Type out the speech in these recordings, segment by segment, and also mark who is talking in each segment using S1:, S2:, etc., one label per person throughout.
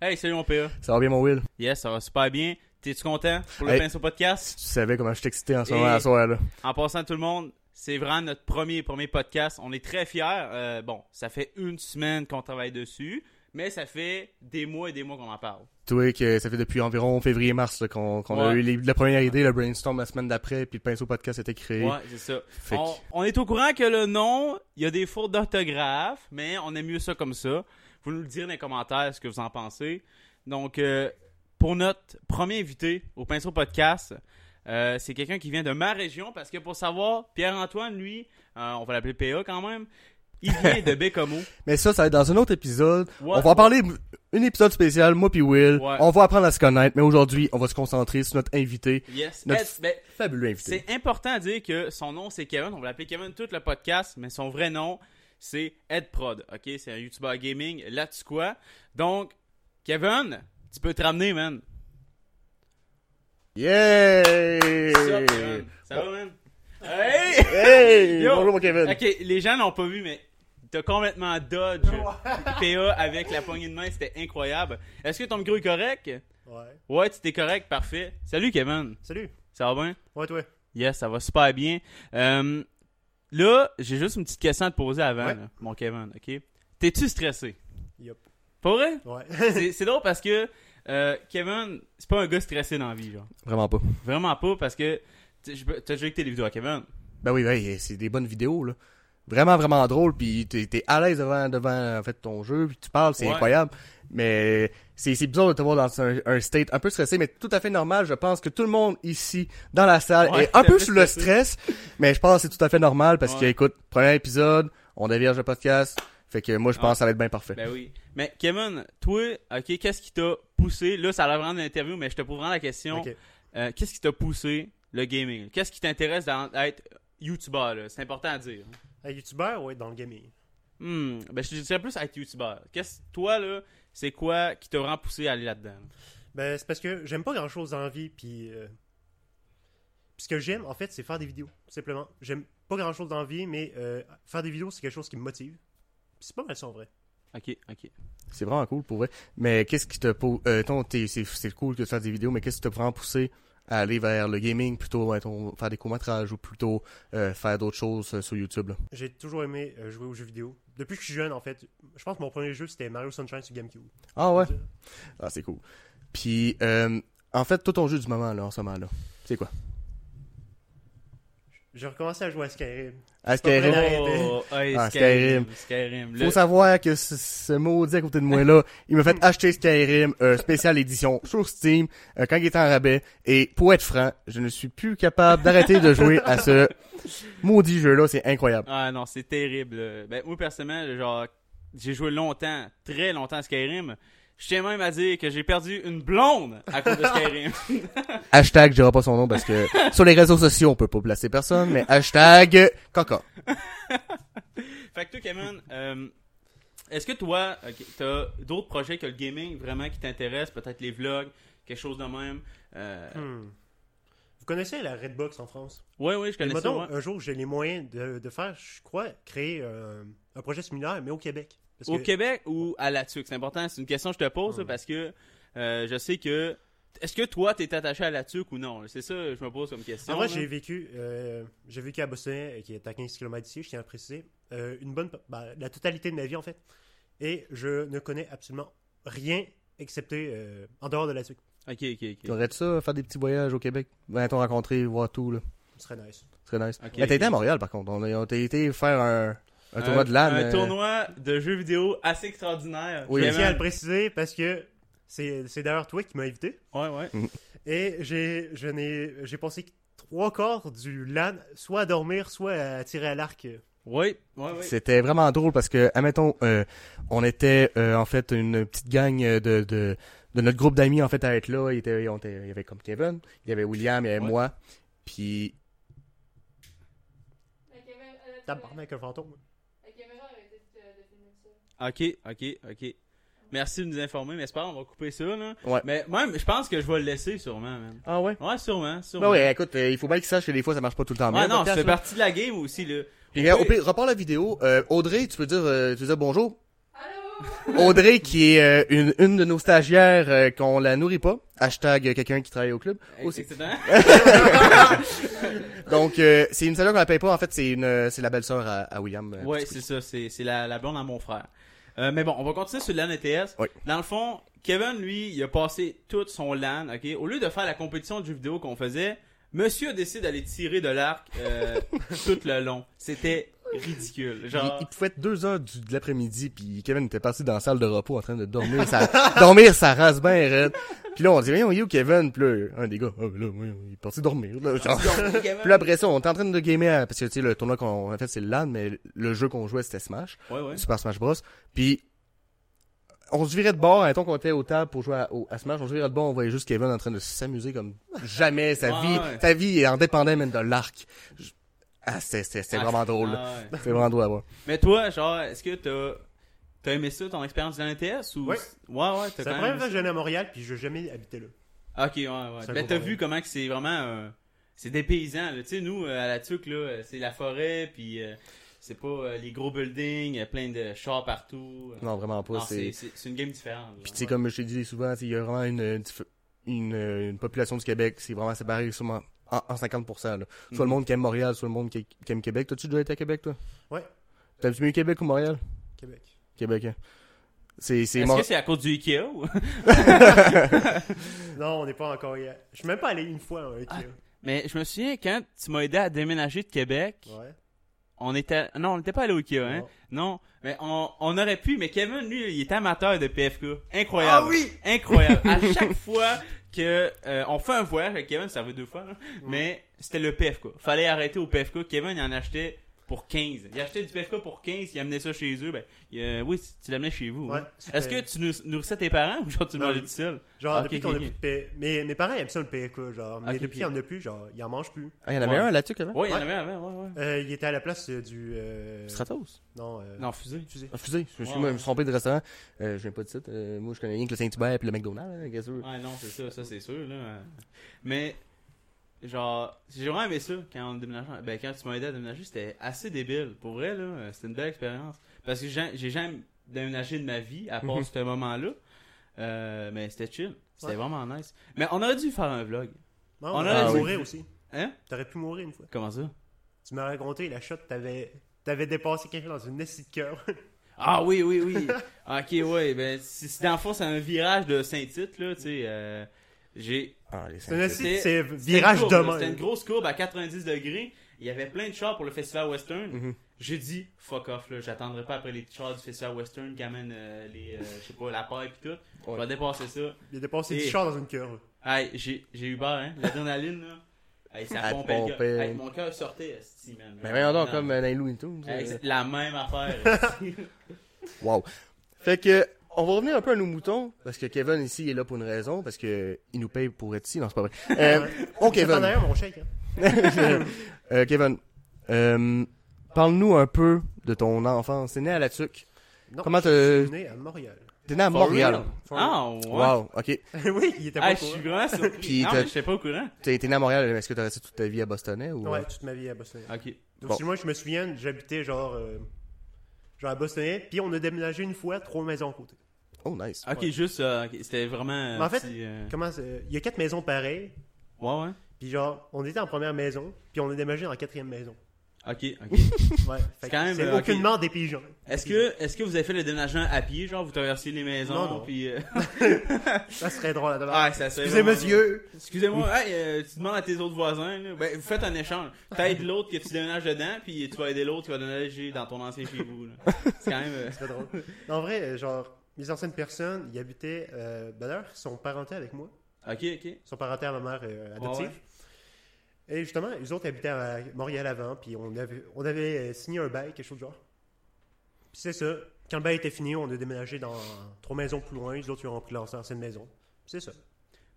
S1: Hey, salut mon PA.
S2: Ça va bien, mon Will?
S1: Yes, ça va super bien. T'es-tu content pour le
S2: Hey.
S1: Pinceau Podcast?
S2: Tu savais comment je t'excitais en ce moment,
S1: Et-
S2: à soir, là.
S1: En passant tout le monde, c'est vraiment notre premier premier podcast. On est très fiers. Euh, bon, ça fait une semaine qu'on travaille dessus, mais ça fait des mois et des mois qu'on en parle.
S2: Toi, que ça fait depuis environ février-mars là, qu'on qu'on a
S1: Ouais.
S2: eu les- la première idée, le brainstorm la semaine d'après, puis le pinceau podcast était créé.
S1: Ouais, c'est ça.
S2: Fait que-
S1: On, on est au courant que le nom, il y a des fautes d'orthographe, mais on aime mieux ça comme ça. Vous nous le direz dans les commentaires ce que vous en pensez. Donc, euh, pour notre premier invité au Pinceau Podcast, euh, c'est quelqu'un qui vient de ma région parce que pour savoir, Pierre-Antoine, lui, euh, on va l'appeler PA quand même, il vient de Bécomo.
S2: Mais ça, ça va être dans un autre épisode.
S1: Ouais.
S2: on va en parler, un épisode spécial, moi puis Will.
S1: Ouais.
S2: On va apprendre à se connaître, mais aujourd'hui, on va se concentrer sur notre invité.
S1: Yes.
S2: Notre-
S1: Eh, ben,
S2: Fabuleux invité.
S1: C'est important à dire que son nom c'est Kevin, on va l'appeler Kevin tout le podcast, mais son vrai nom c'est Ed Prod. OK, c'est un YouTuber gaming, là tu quoi Donc Kevin, tu peux te ramener man. Ça,
S2: Yeah!
S1: Kevin. Ça va man Hey
S2: Hey!
S1: Yo!
S2: Bonjour, mon Kevin.
S1: OK, les gens n'ont pas vu mais t'as complètement dodge PA avec la poignée de main, c'était incroyable. Est-ce que ton micro est correct
S3: Ouais.
S1: Ouais, tu t'es correct, parfait. Salut Kevin.
S3: Salut.
S1: Ça va bien
S3: Ouais, toi.
S1: Yes, ça va super bien. Euh, là, j'ai juste une petite question à te poser avant,
S3: Ouais.
S1: là, mon Kevin, ok? T'es-tu stressé?
S3: Yup.
S1: Pas vrai?
S3: Ouais.
S1: C'est c'est drôle parce que euh, Kevin, c'est pas un gars stressé dans la vie, genre.
S2: Vraiment pas.
S1: Vraiment pas parce que tu- je peux- t'as déjà écouté les vidéos à Kevin.
S2: Ben oui, ouais, c'est des bonnes vidéos, là. Vraiment, vraiment drôle, puis t'es t'es à l'aise devant, devant en fait, ton jeu, puis tu parles, c'est
S1: Ouais.
S2: incroyable. Mais c'est c'est bizarre de te voir dans un, un state un peu stressé, mais tout à fait normal. Je pense que tout le monde ici, dans la salle,
S1: Ouais,
S2: est
S1: tout
S2: un
S1: à
S2: peu
S1: fait
S2: sous le
S1: stressé.
S2: stress, mais je pense que c'est tout à fait normal, parce que,
S1: Ouais.
S2: écoute, premier épisode, on dévierge le podcast, fait que moi, je pense que ça va être bien parfait.
S1: Ben oui. Mais Kevin, toi, ok, qu'est-ce qui t'a poussé? Là, ça a l'air vraiment de l'interview, mais je te pose vraiment la question.
S3: Ok.
S1: Euh, qu'est-ce qui t'a poussé le gaming? Qu'est-ce qui t'intéresse dans- à être YouTuber, là? C'est important à dire.
S3: Un youtubeur ou être dans le gaming
S1: Hmm, ben je te dirais plus à être youtubeur. Qu'est-ce toi là, c'est quoi qui te rend poussé à aller là-dedans
S3: Ben, c'est parce que j'aime pas grand chose dans la vie, puis. euh, puis ce que j'aime, en fait, c'est faire des vidéos, tout simplement. J'aime pas grand chose dans la vie, mais euh, faire des vidéos, c'est quelque chose qui me motive. Puis c'est pas mal ça en vrai.
S1: OK, OK.
S2: C'est vraiment cool, pour vrai. Mais qu'est-ce qui te... pou- Euh, ton- t'es- c'est c'est cool que tu fasses des vidéos, mais qu'est-ce qui te prend à pousser à aller vers le gaming, plutôt ouais, ton- faire des courts-métrages ou plutôt euh, faire d'autres choses euh, sur YouTube, là?
S3: J'ai toujours aimé euh, jouer aux jeux vidéo. Depuis que je suis jeune, en fait, je pense que mon premier jeu c'était Mario Sunshine sur GameCube.
S2: Ah ouais? Ah, c'est cool. Puis, euh, en fait, tout ton jeu du moment, là, en ce moment, là, c'est quoi?
S3: J'ai recommencé à jouer à Skyrim.
S2: À
S3: pas
S2: Skyrim.
S3: vrai, arrêtez.
S1: Oh, hey,
S2: Ah,
S1: Skyrim, Skyrim.
S2: Faut
S1: Le-
S2: savoir que ce, ce maudit à côté de moi, là, il m'a fait acheter Skyrim euh, spécial édition sur Steam euh, quand il était en rabais. Et pour être franc, je ne suis plus capable d'arrêter de jouer à ce maudit jeu-là. C'est incroyable.
S1: Ah non, c'est terrible. là. Ben moi personnellement, genre j'ai joué longtemps, très longtemps à Skyrim. Je tiens même à dire que j'ai perdu une blonde à cause de Skyrim.
S2: Hashtag, je dirai pas son nom parce que sur les réseaux sociaux, on peut pas placer personne, mais hashtag Coca.
S1: fait que toi Kevin, euh, est-ce que toi ok, t'as d'autres projets que le gaming vraiment qui t'intéressent, peut-être les vlogs, quelque chose de même euh,
S3: Hmm. Vous connaissez la Redbox en France
S1: Ouais ouais, je
S3: Mais
S1: connais ça.
S3: mettons,
S1: ouais.
S3: un jour, j'ai les moyens de, de faire, je crois, créer euh, un projet similaire, mais au Québec. Parce
S1: Au
S3: que-
S1: Québec ou à la TUC? C'est important, c'est une question que je te pose là,
S3: Hmm.
S1: parce que euh, je sais que. Est-ce que toi, t'es attaché à la TUC ou non? là? C'est ça, que je me pose comme question.
S3: En vrai,
S1: là.
S3: j'ai vécu, euh, j'ai vécu à Boston, qui est à 15 km d'ici, je tiens à le préciser, euh, une bonne, bah, la totalité de ma vie en fait. Et je ne connais absolument rien excepté euh, en dehors de la suite.
S1: Ok, ok, ok.
S2: T'aurais-tu ça, faire des petits voyages au Québec? Venir t'en rencontrer, voir tout, là.
S3: Ce serait nice.
S2: Ce serait nice.
S1: Ok,
S2: mais t'as
S1: ok.
S2: été à Montréal, par contre. On a, on t'a été faire un, un tournoi de LAN.
S1: Un
S2: euh,
S1: tournoi de jeux vidéo assez extraordinaire.
S2: Oui.
S3: Je
S1: Vraiment.
S3: tiens à le préciser parce que c'est c'est d'ailleurs toi qui m'as invité.
S1: Ouais, ouais.
S3: Et j'ai je n'ai- j'ai passé trois quarts du LAN, soit à dormir, soit à tirer à l'arc. euh,
S1: Ouais, ouais, ouais.
S2: C'était vraiment drôle parce que, admettons, euh, on était euh, en fait une petite gang euh, de, de, de notre groupe d'amis en fait à être là. Il, était, on était- il y avait comme Kevin, il y avait William, il y avait
S1: Ouais.
S2: moi. Puis
S3: Tabarnak, un fantôme.
S4: La caméra a arrêté de, de filmer ça.
S1: Ok, ok, ok. Merci de nous informer, mais c'est pas grave, on va couper ça, là.
S2: Ouais.
S1: Mais même, je pense que je vais le laisser, sûrement, man.
S2: ah ouais.
S1: Ouais, sûrement,
S2: Bah
S1: sûrement.
S2: ouais, écoute, euh, il faut bien qu'il sache que des fois ça marche pas tout le temps.
S1: Ouais,
S2: bien,
S1: non,
S2: podcast,
S1: c'est
S2: là.
S1: partie de la game aussi, là.
S2: Puis, regarde, au pire, repars la vidéo. Euh, Audrey, tu peux euh, dire, euh, tu peux dire bonjour.
S4: Allô?
S2: Audrey, qui est euh, une, une de nos stagiaires euh, qu'on la nourrit pas. Hashtag euh, quelqu'un qui travaille au club. Aussi.
S1: Excellent.
S2: Donc, euh, c'est une stagiaire qu'on la paye pas. En fait, c'est une, euh, c'est la belle-sœur à, à William. euh,
S1: Ouais,
S2: Petit
S1: c'est ça, c'est c'est la, la blonde à mon frère. Euh, mais bon, on va continuer sur le LAN ETS.
S2: Oui.
S1: Dans le fond, Kevin, lui, il a passé tout son LAN, ok? Au lieu de faire la compétition de jeux vidéo qu'on faisait, monsieur a décidé d'aller tirer de l'arc euh, tout le long. C'était ridicule.
S2: Puis
S1: Genre,
S2: Il, pouvait être deux heures du, de l'après-midi, puis Kevin était parti dans la salle de repos en train de dormir, ça, dormir, ça rase bien raide. Puis là, on dit, voyons, il est où Kevin? Puis là, un des gars, Ah, là, moi, il est parti dormir, là, genre.
S1: Donc, Kevin-
S2: Puis là, après ça, on est en train de gamer, à- parce que, tu sais, le tournoi qu'on a fait, c'est le LAN, mais le jeu qu'on jouait, c'était Smash,
S1: Ouais, Ah, ouais.
S2: Super Smash Bros. Puis, on se virait de bord, mettons qu'on était au table pour jouer à, au- à Smash, on se virait de bord, on voyait juste Kevin en train de s'amuser comme jamais, sa
S1: Ouais,
S2: vie,
S1: ouais.
S2: sa vie est indépendante même de l'arc. Je- Ah, c'est, c'est, c'est
S1: Ah,
S2: vraiment drôle, là.
S1: Ah, ouais.
S2: C'est vraiment drôle à voir.
S1: Mais toi, genre, est-ce que t'as t'as aimé ça, ton expérience de LAN ETS? Ou...
S3: Ouais.
S1: Ouais, ouais, t'as
S3: C'est la
S1: quand
S3: première
S1: même...
S3: fois que je venais à Montréal, puis je n'ai jamais habité là.
S1: Ah, Ok, ouais, ouais.
S3: C'est un
S1: Mais
S3: gros
S1: t'as
S3: problème.
S1: vu comment que c'est vraiment. euh, c'est des paysans, là. Tu sais, nous, euh, à la tuque, là, euh, c'est la forêt, puis euh, c'est pas euh, les gros buildings, euh, plein de chars partout. Euh,
S2: Non, vraiment pas.
S1: non, c'est
S2: c'est...
S1: c'est- c'est une game différente. là.
S2: Puis tu sais, comme je t'ai dit souvent, tu sais, il y a vraiment une, une, dif- une, euh, une population du Québec, c'est vraiment séparé sûrement en, en 50%. Là. Soit le
S1: Mhm.
S2: monde qui aime Montréal, soit le monde qui, qui aime Québec. T'as-tu déjà été à Québec, toi?
S3: Ouais.
S2: T'aimes-tu mieux Québec ou Montréal?
S3: Québec.
S2: Québec, hein. C'est, c'est
S1: Est-ce
S2: Mont-
S1: que c'est à cause du Ikea ou...
S3: Non, on n'est pas encore. y- Je suis même pas allé une fois
S1: Ah,
S3: à un Ikea.
S1: Mais je me souviens, quand tu m'as aidé à déménager de Québec,
S3: Ouais. Ah
S1: on était. Non, on n'était pas allé au Ikea, hein.
S3: Non.
S1: Non, mais on, on aurait pu, mais Kevin, lui, il est amateur de PFK. Incroyable. Ah oui! Incroyable. à chaque fois que euh, on fait un voyage avec Kevin, ça veut deux fois, là, mais c'était le PFK. Fallait arrêter au PFK. Kevin, il en achetait pour 15. Il achetait du PFK pour 15, il amenait ça chez eux. Ben, il, euh, oui, tu l'amenais chez vous.
S3: Ouais,
S1: hein.
S3: c'était-
S1: Est-ce que tu nous- nourrissais tes parents ou genre tu le
S3: Non,
S1: mangeais
S3: oui.
S1: tout seul?
S3: Genre,
S1: Ah, ok,
S3: depuis qu'on
S1: ok,
S3: a
S1: ok. Ah,
S3: plus de PA. Mes, mes parents aiment ça le PAK, genre. Mais
S1: Ok,
S3: depuis
S1: ok.
S3: qu'il n'y en a plus, genre, ils en mangent plus.
S2: Ah, il y en avait
S1: Ouais.
S2: un là-dessus, quand même?
S1: Oui, il y en
S3: Ouais.
S1: avait avant, ouais, ouais.
S3: Euh, il était à la place euh, du. euh,
S2: Stratos?
S3: Non, euh,
S1: Non, fusée.
S3: Excusez.
S2: Ah, fusée. Je suis
S1: Ouais.
S2: moi, je me suis trompé de restaurant. Euh, je viens pas de site. Euh, moi, je connais rien que le Saint-Hubert et le McDonald's, hein, qu'est-ce que tu veux.
S1: Ouais, non, c'est ça, ça c'est sûr, là. Mais, genre, j'ai vraiment aimé ça quand on déménageait. Ben, quand tu m'as aidé à déménager, c'était assez débile. Pour vrai, là, c'était une belle expérience. Parce que j'ai j'ai jamais déménagé de ma vie à part
S2: Mhm.
S1: ce moment-là. Euh, mais c'était chill. C'était
S3: Ouais.
S1: vraiment nice. Mais on aurait dû faire un vlog.
S3: Non,
S1: On
S3: on
S1: a-
S3: aurait
S2: Ah,
S3: pu
S2: oui.
S3: mourir aussi.
S1: Hein?
S3: T'aurais pu mourir une fois.
S1: Comment ça?
S3: Tu m'as raconté la shot, t'avais t'avais dépassé quelqu'un dans une esti de cœur.
S1: Ah oui, oui, oui. ok, ouais. Ben, si, si dans le fond, c'est un virage de Saint-Tite, là, tu sais. euh, j'ai
S2: Ah, les
S3: C'est une
S2: Saint-Hubert.
S3: esti de- c'est
S1: C'était une
S3: virage
S1: courbe,
S3: de
S1: là. C'était une
S3: main.
S1: grosse courbe à 90 degrés. Il y avait plein de chars pour le festival western.
S2: Mhm.
S1: J'ai dit fuck off là, j'attendrai pas après les chars du festival western qui amènent euh, les euh, je sais pas la paille et tout. On
S2: Ouais.
S1: va dépasser ça.
S3: Il a dépassé
S1: Et-
S3: 10 chars dans une cœur.
S1: Hey, j'ai j'ai eu peur hein, l'adrénaline là. Hey, ça
S2: Elle
S1: pompait le
S2: pompait.
S1: cœur. Hey, mon cœur sortait esti, man.
S2: Mais voyons donc,
S1: Non.
S2: comme euh, Nailou et tout.
S1: Hey,
S2: euh,
S1: c'est la même affaire. esti.
S2: Wow. Fait que, on va revenir un peu à nos moutons, parce que Kevin ici il est là pour une raison, parce que il nous paye pour être ici. Non, c'est pas vrai. Euh, bon,
S3: J'attends
S2: Kevin.
S3: d'ailleurs mon chèque. hein.
S2: Euh, Kevin, euh, parle-nous un peu de ton enfance. T'es né à La Tuque.
S3: Non,
S2: Comment
S3: je
S2: te-
S3: suis né à Montréal.
S2: T'es né à
S1: For
S2: Montréal.
S1: real? Ah ouais.
S2: Wow, ok.
S3: oui, il était pas
S1: Hey, Ah,
S3: au
S1: je suis
S3: courant.
S1: vraiment surpris.
S2: Puis
S1: non,
S2: t'as-
S1: mais j'étais pas au courant.
S2: T'es t'es né à Montréal, est-ce que t'as resté toute ta vie à Bostonais ou...
S3: Ouais, toute ma vie à Boston.
S1: OK.
S3: Donc,
S2: Bon.
S3: si moi, je me souviens, j'habitais genre, euh, genre à Boston, puis on a déménagé une fois trois maisons à côté.
S2: Oh, nice.
S1: OK,
S3: Ouais.
S1: juste euh, ok, c'était vraiment euh,
S3: Mais en fait,
S1: petit, euh,
S3: Comment c'est- Il y a quatre maisons pareilles,
S1: Ouais ouais.
S3: puis genre, on était en première maison, puis on a déménagé dans la quatrième maison.
S1: OK, OK.
S3: Ouais, fait que
S1: quand même,
S3: c'est
S1: euh, ok.
S3: aucunement des pigeons.
S1: Est-ce que, est-ce que vous avez fait le déménagement à pied, genre vous traversiez les maisons,
S3: Non, non.
S1: puis euh,
S3: Ça serait drôle à
S1: ah, ça serait
S3: Excusez
S1: vraiment-
S3: monsieur.
S1: Excusez-moi, hey, euh, tu demandes à tes autres voisins, là. ben vous faites un échange. T'aides l'autre que tu déménages dedans, puis tu vas aider l'autre qui va déménager dans ton ancien chez vous. là. C'est quand même. euh,
S3: Ça serait drôle. Non, En vrai, euh, genre, mes anciennes personnes, ils habitaient, euh, ben d'ailleurs, ils sont parentés avec moi.
S1: Ok, ok.
S3: Ils sont parentés à ma mère euh, adoptive.
S1: Ouais, ouais.
S3: Et justement, les autres habitaient à Montréal avant, puis on avait, on avait euh, signé un bail, quelque chose du genre. Puis c'est ça. Quand le bail était fini, on a déménagé dans trois maisons plus loin. Les autres, ils ont repris leur ancienne maison. Puis c'est ça.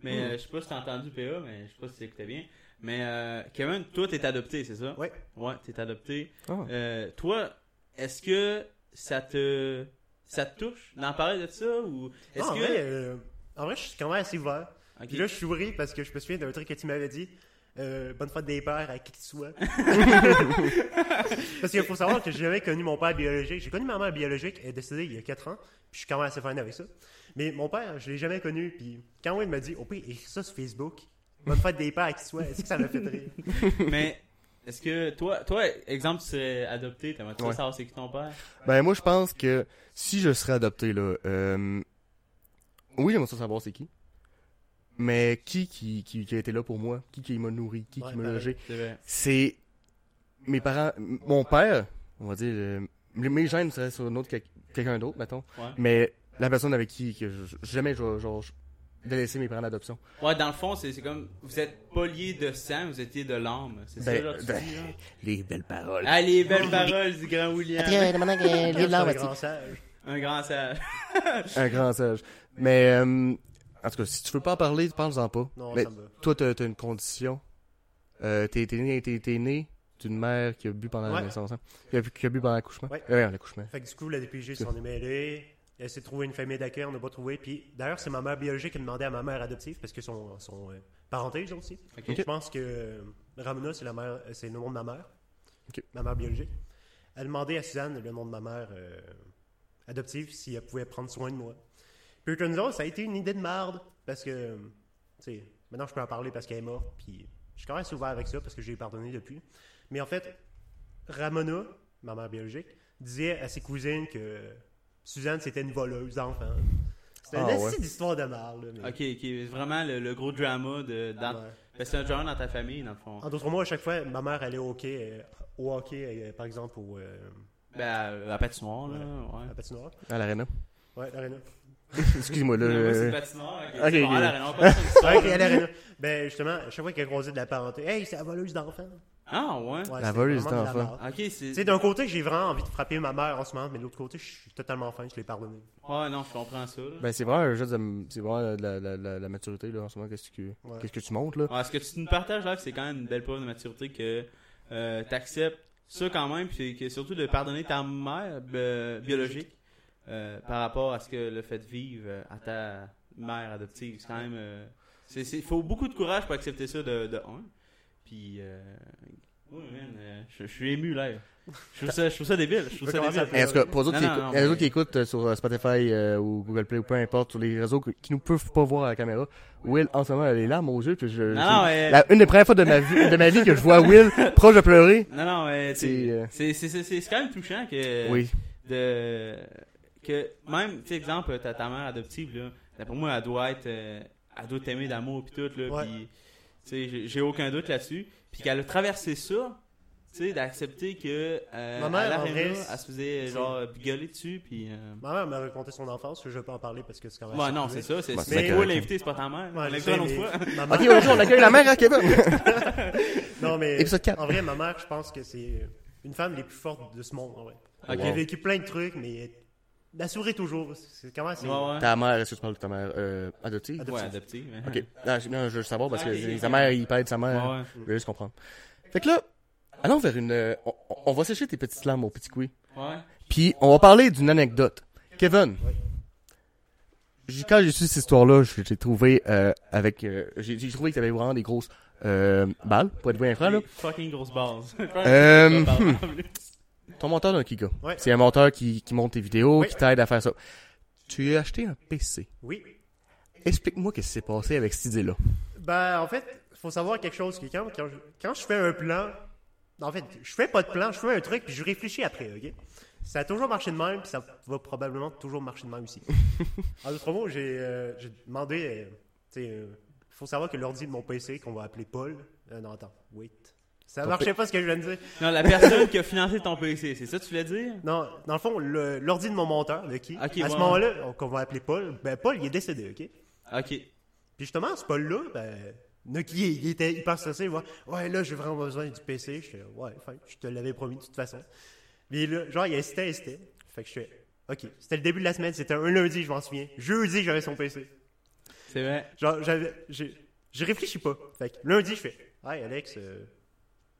S1: Mais
S3: Hmm.
S1: euh, je sais pas si t'as entendu PA, mais je sais pas si t'écoutais bien. Mais euh, Kevin, toi t'es adopté, c'est ça?
S3: Ouais.
S1: Ouais, t'es adopté.
S2: Ah.
S1: Euh, toi, est-ce que ça te, ça te touche d'en parler de ça ou est-ce
S3: Non, en,
S1: que
S3: vrai, euh, en vrai, je suis quand même assez ouvert.
S1: Ok.
S3: Puis là, je souris parce que je me souviens d'un truc que tu m'avais dit. euh, bonne fête des pères à qui que ce soit. Parce qu'il faut savoir que j'ai jamais connu mon père biologique. J'ai connu ma mère biologique, elle est décédée il y a 4 ans, puis je suis quand même assez fan avec ça. Mais mon père, je l'ai jamais connu, puis quand il m'a dit, au pire, écris ça sur Facebook, bonne fête des pères à qui que ce soit, est-ce que ça m'a fait rire?
S1: Mais est-ce que toi, toi, exemple, tu serais adopté, t'aimerais-tu ça
S2: Ouais.
S1: savoir c'est qui ton père?
S2: Ben moi je pense que si je serais adopté là, euh... oui j'aimerais ça savoir c'est qui, mais qui qui, qui qui a été là pour moi, qui qui m'a nourri, qui
S3: Ouais,
S2: qui m'a
S3: pareil.
S2: logé,
S1: C'est vrai.
S2: c'est mes parents, m- mon père, on va dire, euh, mes gènes seraient sur un autre quel- quelqu'un d'autre mettons,
S1: Ouais.
S2: mais la personne avec qui que je- jamais je vais genre je- délaisser mes parents d'adoption.
S1: Ouais, dans le fond, c'est c'est comme vous êtes pas liés de sang, vous étiez de l'âme. C'est ça, hein?
S2: Ben,
S1: genre, tu
S2: ben.
S1: dis, là?
S2: Les belles paroles.
S1: Ah, les belles paroles du grand William.
S3: C'est un grand sage.
S1: Un grand sage.
S2: Un grand sage. Mais euh, en tout cas, si tu veux pas en parler, parle-en pas.
S3: Non,
S2: Mais
S3: ça me va.
S2: Toi, t'as t'as une condition. Euh, t'es t'es né, t'es- t'es né d'une mère qui a bu pendant la
S3: Ouais.
S2: naissance, hein? qui, a, bu- qui a bu pendant l'accouchement.
S3: Ouais.
S2: Euh, l'accouchement.
S3: Fait que du coup, la DPJ s'en est mêlée. Elle s'est trouvée une famille d'accueil, on n'a pas trouvé. Puis d'ailleurs, c'est ma mère biologique qui a demandé à ma mère adoptive, parce que son, son euh, parenté, eux autres aussi.
S1: Ok.
S3: Je pense que euh, Ramona, c'est la mère, euh, c'est le nom de ma mère.
S2: Ok.
S3: Ma mère biologique. Elle a demandé à Suzanne, le nom de ma mère euh, adoptive, si elle pouvait prendre soin de moi. Puis que nous autres, ça a été une idée de marde, parce que, euh, tu sais, maintenant je peux en parler parce qu'elle est morte, puis je suis quand même assez ouvert avec ça, parce que j'ai pardonné depuis. Mais en fait, Ramona, ma mère biologique, disait à ses cousines que Suzanne, c'était une voleuse d'enfants. C'était
S2: Ah,
S3: une
S2: ouais.
S3: astuce d'histoire de marde, là, mais-
S1: Ok, ok, vraiment le, le gros drama de. Dans...
S3: Ouais.
S1: Ben, c'est un drama dans ta famille, dans le fond.
S3: En d'autres mots, à chaque fois, ma mère allait au hockey, euh, au hockey euh, par exemple, au, euh,
S1: Ben, à, à patinoire, là. Ouais.
S3: à la patinoire.
S2: À l'arena.
S3: Ouais, l'arena.
S2: Excuse-moi, là.
S1: Ouais, moi, c'est
S2: euh,
S1: patinoire. Ok,
S2: ok,
S1: c'est bon,
S2: Ah, ok.
S1: à l'arène, on passe sur l'histoire,
S3: Ouais,
S1: là.
S3: à l'arena. Ben, justement, à chaque fois qu'elle croisait de la parenté, hey, c'est la voleuse d'enfants.
S1: Ah, ouais.
S3: Ouais,
S2: La
S3: c'est
S2: voleuse
S3: vraiment de la
S2: d'enfants.
S3: merde.
S1: Ok,
S3: Tu sais,
S1: c'est.
S3: d'un côté, j'ai vraiment envie de frapper ma mère en ce moment, mais de l'autre côté, je suis totalement fan, je l'ai pardonné.
S1: Ouais, non, je comprends ça. là.
S2: Ben, c'est vraiment un jeu de, c'est vraiment de la, la, la, la maturité, là, en ce moment. Qu'est-ce que,
S3: Ouais.
S2: qu'est-ce que tu montes, là?
S1: Ouais, ce que tu nous partages là, c'est quand même une belle preuve de maturité que euh, tu acceptes ça quand même, puis que surtout de pardonner ta mère euh, biologique euh, par rapport à ce que le fait de vivre euh, à ta mère adoptive. C'est quand même. euh, c'est- c'est- Il faut beaucoup de courage pour accepter ça de, de un. Puis. euh, ouais, man, euh, je, je suis ému là. Je trouve ça, je trouve ça débile. Je trouve
S3: Je
S1: ça
S3: commence
S1: débile.
S3: à-
S2: En tout cas, pour les
S1: Non,
S2: autres, qui,
S1: non,
S2: écoutent,
S1: non,
S2: les autres
S1: mais-
S2: qui écoutent euh, sur euh, Spotify euh, ou Google Play ou peu importe, sur les réseaux que- qui nous peuvent pas voir à la caméra, Will, en ce moment, elle est larmes aux yeux. Puis je,
S1: Non,
S2: je-
S1: non, mais-
S2: la- une des premières fois de ma, vie, de ma vie que je vois Will proche de pleurer.
S1: Non, non, mais
S2: C'est,
S1: c'est
S2: euh,
S1: c'est- c'est- c'est- c'est quand même touchant que.
S2: Oui.
S1: de que même tu sais exemple ta, ta mère adoptive là d'après moi elle doit être euh, elle doit t'aimer d'amour puis tout là
S3: Ouais.
S1: puis tu sais j'ai- j'ai aucun doute là-dessus puis qu'elle a traversé ça tu sais d'accepter que euh,
S3: Ma mère,
S1: à l'arena,
S3: en vrai,
S1: elle se faisait
S3: c'est-
S1: genre gueuler dessus puis euh,
S3: Ma mère m'a raconté son enfance, je peux en parler parce que c'est quand même.
S1: ouais
S3: assez
S1: non
S3: privé.
S1: c'est ça c'est
S2: Bah,
S1: c'est
S3: c'est
S1: toi
S2: correct.
S1: l'invité c'est pas ta mère
S3: Ouais,
S1: on
S3: je
S1: l'invitera
S3: sais,
S1: une autre
S3: mais
S1: fois
S3: ma
S2: Ok,
S3: mère-
S2: aujourd'hui, on accueille la mère hein, à Québec.
S3: Non, mais.
S2: Épisode 4.
S3: En vrai, ma mère, je pense que c'est une femme les plus fortes de ce monde. En vrai.
S1: Ok.
S3: Elle a vécu plein de trucs, mais elle sourit toujours. C'est comment c'est.
S1: ouais ouais
S2: Ta mère, est-ce que tu parles de ta mère euh, adoptive?
S1: ouais adoptive hein.
S2: Ok. Non, je, non, je veux savoir parce
S1: Ok,
S2: que
S1: ok.
S2: sa mère, il perd sa mère.
S1: Ouais, ouais.
S2: Je veux juste comprendre. Fait que là, allons vers une. euh, on, on va sécher tes petites larmes au petit couille.
S1: ouais
S2: Puis on va parler d'une anecdote. Kevin. j'ai- Quand j'ai su cette histoire-là, je- j'ai trouvé euh, avec. euh, j'ai j'ai trouvé que t'avais vraiment des grosses euh, balles, pour être bien franc, là.
S1: Des fucking grosse base
S2: Euh, hmm. Ton monteur d'un Kika.
S3: Ouais.
S2: C'est un monteur qui, qui monte tes vidéos,
S3: Oui.
S2: qui t'aide à faire ça. Tu as acheté un PC.
S3: Oui.
S2: Explique-moi qu'est-ce qui s'est passé avec cette idée-là.
S3: Ben, en fait, faut savoir quelque chose. Que quand, quand, je, quand je fais un plan, en fait, je fais pas de plan, je fais un truc, puis je réfléchis après, OK? Ça a toujours marché de même, puis ça va probablement toujours marcher de même aussi. en d'autres mots, j'ai euh, j'ai demandé... euh, tu sais, euh, faut savoir que l'ordi de mon PC, qu'on va appeler Paul... euh, non, attends, wait. Ça
S2: Ton
S3: marchait pas ce que je viens de dire.
S1: non la personne qui a financé ton PC c'est ça que tu voulais dire
S3: Non, dans le fond, le- l'ordi de mon monteur, de qui,
S1: Ah, Ok,
S3: à
S1: ouais.
S3: ce moment-là, on- qu'on va appeler Paul, ben Paul, il est décédé, OK?
S1: ok
S3: Puis justement, ce Paul-là, ben, Noki, il était hyper stressé. Il voit, ouais, là, j'ai vraiment besoin du PC. Je fais, ouais, fine, je te l'avais promis de toute façon. Mais là, genre, il insistait, insistait. Fait que je fais, ok, c'était le début de la semaine, c'était un lundi, je m'en souviens. Jeudi, j'avais son PC.
S1: c'est vrai
S3: Genre, j'avais, j'ai, je réfléchis pas. Fait que lundi, je fais, hey, Alex, euh,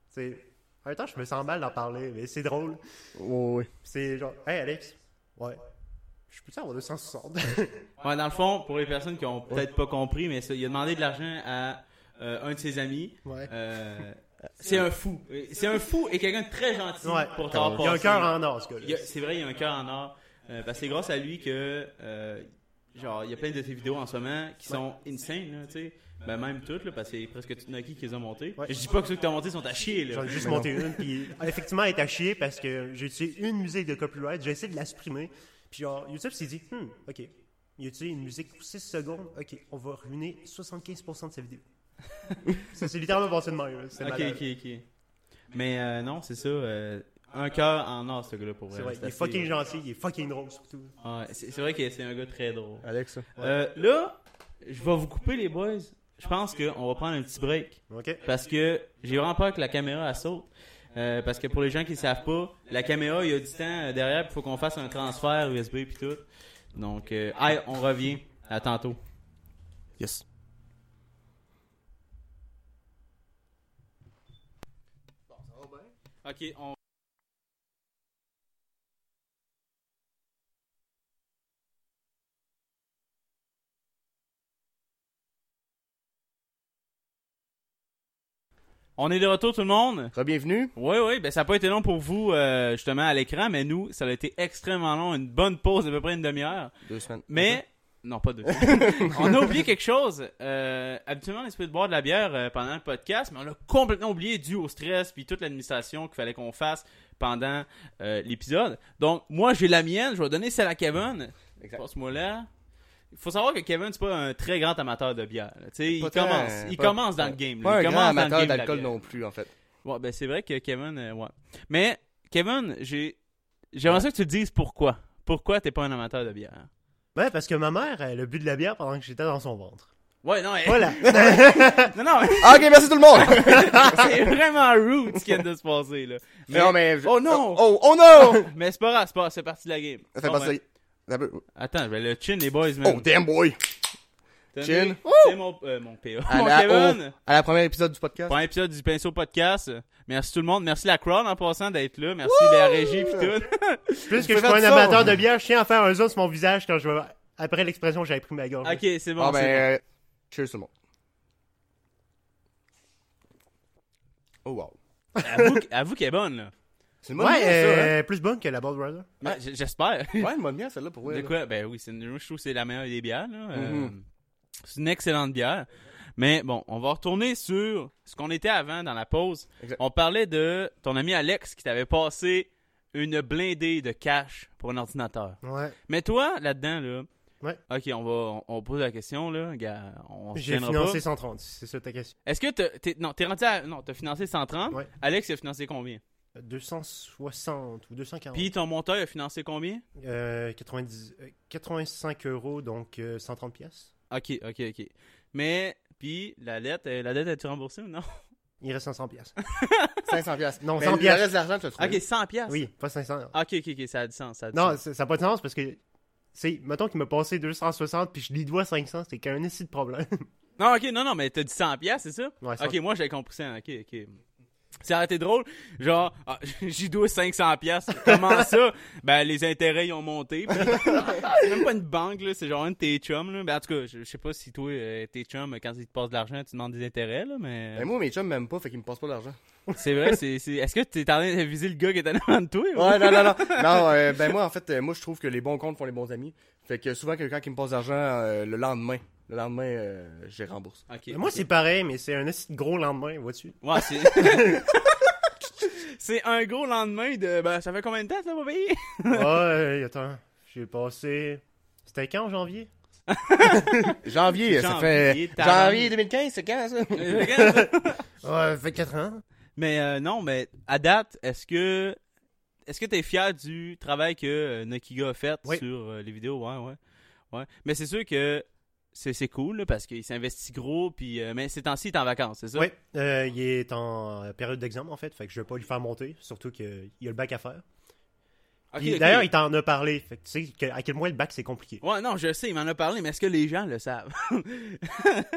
S3: c'est. En même temps, je me sens mal d'en parler, mais c'est drôle.
S2: Oui,
S3: C'est genre, hey, Alex, ouais, je peux-tu avoir 260?
S1: Ouais, dans le fond, pour les personnes qui ont peut-être pas compris, mais ça, il a demandé de l'argent à euh, un de ses amis.
S3: Ouais.
S1: euh, c'est un fou. C'est un fou et quelqu'un de très gentil
S3: Ouais.
S1: pour t'en
S3: Il y a un
S1: passer.
S3: cœur en or, ce gars-là.
S1: Il y a- C'est vrai, il y a un cœur en or. Euh, parce que c'est grâce à lui que, euh, genre, il y a plein de tes vidéos en ce moment qui sont insane, là, tu sais. Ben, même toutes, là, parce que c'est presque toutes Nike qui les ont montées.
S3: Ouais.
S1: Je dis pas que ceux que t'as montés sont à chier, là.
S3: J'en ai juste
S2: Mais non.
S3: monté une, puis effectivement, elle est à chier parce que j'ai utilisé une musique de copyright, j'ai essayé de la supprimer, puis genre, YouTube s'est dit, hmm, ok, il a utilisé une musique pour 6 secondes, ok, on va ruiner 75% de sa vidéo. ça c'est littéralement passé de même, là. c'était
S1: Ok,
S3: malade.
S1: ok, ok. Mais euh, non, c'est ça. euh, un cœur en or, ce gars-là, pour vrai.
S3: C'est vrai,
S1: C'est
S3: il est
S1: assez-
S3: fucking gentil, il est fucking drôle surtout.
S1: Ouais, c'est c'est vrai que c'est un gars très drôle.
S2: Alex, hein. ça.
S1: Euh, là, je vais vous couper, les boys. Je pense qu'on va prendre un petit break.
S3: Ok?
S1: Parce que j'ai vraiment peur que la caméra elle saute. Euh, parce que pour les gens qui ne savent pas, la caméra, il y a du temps euh, derrière, il faut qu'on fasse un transfert USB puis tout. Donc, euh, hey, on revient. À tantôt.
S2: Yes.
S1: OK, on... est de retour, tout le monde.
S2: Re-bienvenue.
S1: Oui, oui, ben ça n'a pas été long pour vous, euh, justement, à l'écran, mais nous, ça a été extrêmement long, une bonne pause d'à peu près une demi-heure.
S2: Deux semaines.
S1: Mais, non, pas deux. on a oublié quelque chose. Euh, habituellement, on essaie de boire de la bière euh, pendant le podcast, mais on l'a complètement oublié dû au stress puis toute l'administration qu'il fallait qu'on fasse pendant euh, l'épisode. Donc, moi, j'ai la mienne, je vais donner celle à Kevin.
S2: Exact.
S1: Passe-moi là. Il faut savoir que Kevin, c'est pas un très grand amateur de bière. là. Tu sais, il
S2: Pas tant,
S1: commence, il
S2: pas-
S1: commence dans le game. là.
S2: Pas
S1: il
S2: un
S1: commence
S2: grand
S1: dans le
S2: amateur
S1: game de la
S2: d'alcool
S1: bière.
S2: non plus, en fait.
S1: Ouais, ben c'est vrai que Kevin, euh, ouais. Mais Kevin, j'ai, j'aimerais ça que tu te dises pourquoi. Pourquoi t'es pas un amateur de bière
S3: Ouais, parce que ma mère, elle a bu de la bière pendant que j'étais dans son ventre.
S1: Ouais, non, mais-
S3: Voilà!
S1: non, non, mais
S2: Ah, ok, merci tout le monde!
S1: c'est vraiment rude ce qui vient de se passer là. Mais,
S2: non, mais.
S1: Oh, non!
S2: Oh, oh non!
S1: mais c'est pas grave, c'est pas, c'est parti de la game.
S2: Ça fait
S1: Bon,
S2: passer.
S1: ben, Attends, je vais le chin les boys
S2: Oh,
S1: même.
S2: damn boy! chin.
S1: C'est mon, euh, mon PA.
S2: À
S1: mon
S2: la,
S1: Kevin.
S2: au- à la première épisode du podcast.
S1: Premier épisode du Pinceau Podcast. Merci tout le monde. Merci la crowd en passant d'être là. Merci la régie et tout.
S3: Plus
S2: Tu
S3: que je
S2: fais
S3: suis pas un
S2: de ça,
S3: amateur
S2: hein.
S3: de bière, je tiens à faire un zoom sur mon visage quand je vais- Après l'expression, j'avais pris ma gorge.
S1: ok, c'est bon. c'est bon.
S2: Ah, ben. euh, Cheers tout le monde. Oh, wow.
S1: Avoue, qu- avoue qu'elle est bonne là.
S2: C'est une bonne
S3: Ouais,
S2: bière, ça, hein?
S3: euh, plus bonne que la Bald Brother.
S1: Ben, j- J'espère.
S2: Ouais, une bonne bière, celle-là, pour
S1: De
S2: vrai. là.
S1: quoi? Ben oui, c'est une, je trouve que c'est la meilleure des bières. là. Euh,
S2: Mhm.
S1: c'est une excellente bière. Mais bon, on va retourner sur ce qu'on était avant dans la pause.
S2: Exact.
S1: On parlait de ton ami Alex qui t'avait passé une blindée de cash pour un ordinateur.
S3: Ouais.
S1: Mais toi, là-dedans, là.
S3: Ouais.
S1: Ok, on va, on, on pose la question, là. gars, on se
S3: J'ai
S1: tiendra
S3: financé
S1: pas.
S3: 130, c'est ça ta question.
S1: Est-ce que t'as- t'es, non, t'es rendu à, non, t'as financé 130.
S3: Ouais. Euh,
S1: Alex, il a financé combien?
S3: 260 ou 240.
S1: Puis ton monteur, il a financé combien?
S3: Euh, 90, euh, 85 euros, donc euh, 130 pièces.
S1: Ok, ok, ok. Mais, puis, la lettre, euh, la dette, a-tu remboursée ou non?
S3: Il reste 500 pièces.
S2: 500 piastres.
S3: Non,
S2: Mais
S3: 100
S2: le
S3: piastres.
S2: reste de l'argent, tu l'as trouvé.
S1: Ok, 100 piastres.
S3: Oui, pas 500.
S1: Ok, ok, ok, ça a du sens. Ça a du
S3: Non,
S1: sens.
S3: c'est- ça n'a pas de sens parce que, c'est mettons qu'il m'a passé 260 puis je lui dois 500, c'est qu'un essai de problème.
S1: non, ok, non, non, mais t'as dit 100 piastres, c'est ça?
S3: Ouais,
S1: Ok, moi j'avais compris ça. Ok, ok. Ça a été drôle. Genre, ah, j'y dois 500 piastres. Comment ça? ben, les intérêts, ils ont monté. puis- c'est même pas une banque, là. C'est genre un de tes chums, là. Ben, en tout cas, je, je sais pas si toi, euh, tes chums, quand ils te passent de l'argent, tu demandes des intérêts, là, mais...
S2: Ben, moi, mes chums m'aiment pas, fait qu'ils me passent pas l'argent.
S1: c'est vrai, c'est... c'est- Est-ce que t'es en train de viser le gars qui est en avant de toi? ou-
S2: Ouais, non, non, non. Non, euh, ben moi, en fait, euh, moi, je trouve que les bons comptes font les bons amis. Fait que souvent, quelqu'un qui me passe d'argent euh, le lendemain, le lendemain, euh, je les rembourse.
S1: Ok.
S3: Ben, Moi, c'est pareil, mais c'est un essai de gros lendemain, vois-tu?
S1: Ouais, c'est... c'est un gros lendemain de... Ben, ça fait combien de temps, là, payer?
S3: ouais, attends, j'ai passé. C'était quand en janvier?
S2: Janvier, ça
S1: Janvier,
S2: fait...
S1: tabarnak.
S2: Janvier 2015, c'est quand, ça?
S3: Ouais, fait 4 ans.
S1: hein? mais euh, non, mais à date, est-ce que est-ce que t'es fier du travail que euh, Nokiga a fait
S3: Oui.
S1: sur euh, les vidéos Ouais, ouais, ouais. Mais c'est sûr que c'est c'est cool là, parce qu'il s'investit gros, puis euh, mais ces temps-ci, il est en vacances, c'est ça
S3: Oui, euh, il est en euh, période d'examen en fait, fait que je vais pas lui faire monter, surtout qu'il y a le bac à faire.
S1: Ok,
S3: Puis,
S1: ok.
S3: D'ailleurs, il t'en a parlé, fait que tu sais que- à quel point le bac c'est compliqué.
S1: Ouais, non, je sais, il m'en a parlé, mais est-ce que les gens le savent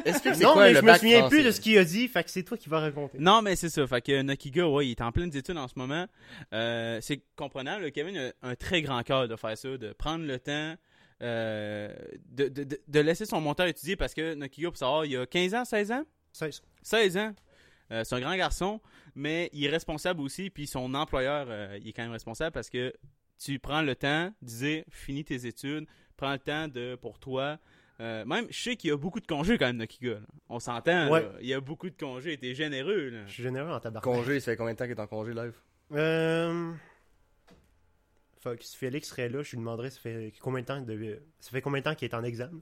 S2: Est-ce que c'est
S3: Non,
S2: quoi,
S3: mais
S2: le
S3: je me
S2: bac
S3: souviens
S2: français?
S3: plus de ce qu'il a dit, fait que c'est toi qui vas raconter.
S1: Non, mais c'est ça. Fait que Nokiga, ouais, il est en pleine études en ce moment. Euh, c'est comprenable. Kevin a un très grand cœur de faire ça, de prendre le temps, euh, de, de- de- de laisser son monteur étudier parce que Nokiga, pour savoir, il a 15 ans, 16 ans
S3: 16.
S1: 16 ans. Euh, c'est un grand garçon, mais il est responsable aussi, puis son employeur, euh, il est quand même responsable parce que tu prends le temps de dire, finis tes études, prends le temps de pour toi. Euh, même, je sais qu'il y a beaucoup de congés quand même, Nokiga. là. On s'entend,
S3: Ouais.
S1: là. il y a beaucoup de congés, t'es généreux. Là.
S3: Je suis généreux en tabac.
S2: Congé, ça fait combien de temps qu'il est en congé live?
S3: Euh... Fuck, si Félix serait là, je lui demanderais ça fait combien de temps de... ça fait combien de temps qu'il est en examen.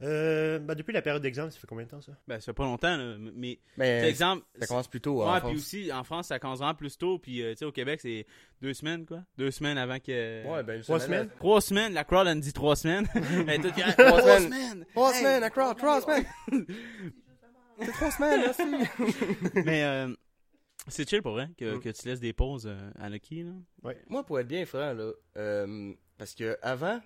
S3: Euh, bah depuis la période d'examen, ça fait combien de temps ça
S1: Ben, ça fait pas longtemps, là, mais par
S2: Mais
S1: exemple,
S2: ça commence plus tôt.
S1: Ouais,
S2: en
S1: puis
S2: France.
S1: aussi, en France, ça commence vraiment plus tôt. Puis, euh, tu sais, au Québec, c'est deux semaines, quoi. Deux semaines avant que.
S2: Ouais, ben, une
S3: Trois
S2: semaine.
S3: semaines
S1: euh, Trois semaines, la crowd, elle dit trois semaines. Elle est toute fière. trois
S2: semaines.
S1: semaines.
S2: Trois
S1: Hey.
S2: semaines, à crowd, trois semaines. C'est trois semaines, merci.
S1: Mais euh, c'est chill pour vrai que,
S3: Mm.
S1: que tu laisses des pauses euh, à Lucky. Là.
S2: Moi, pour être bien franc, là, euh, parce que avant,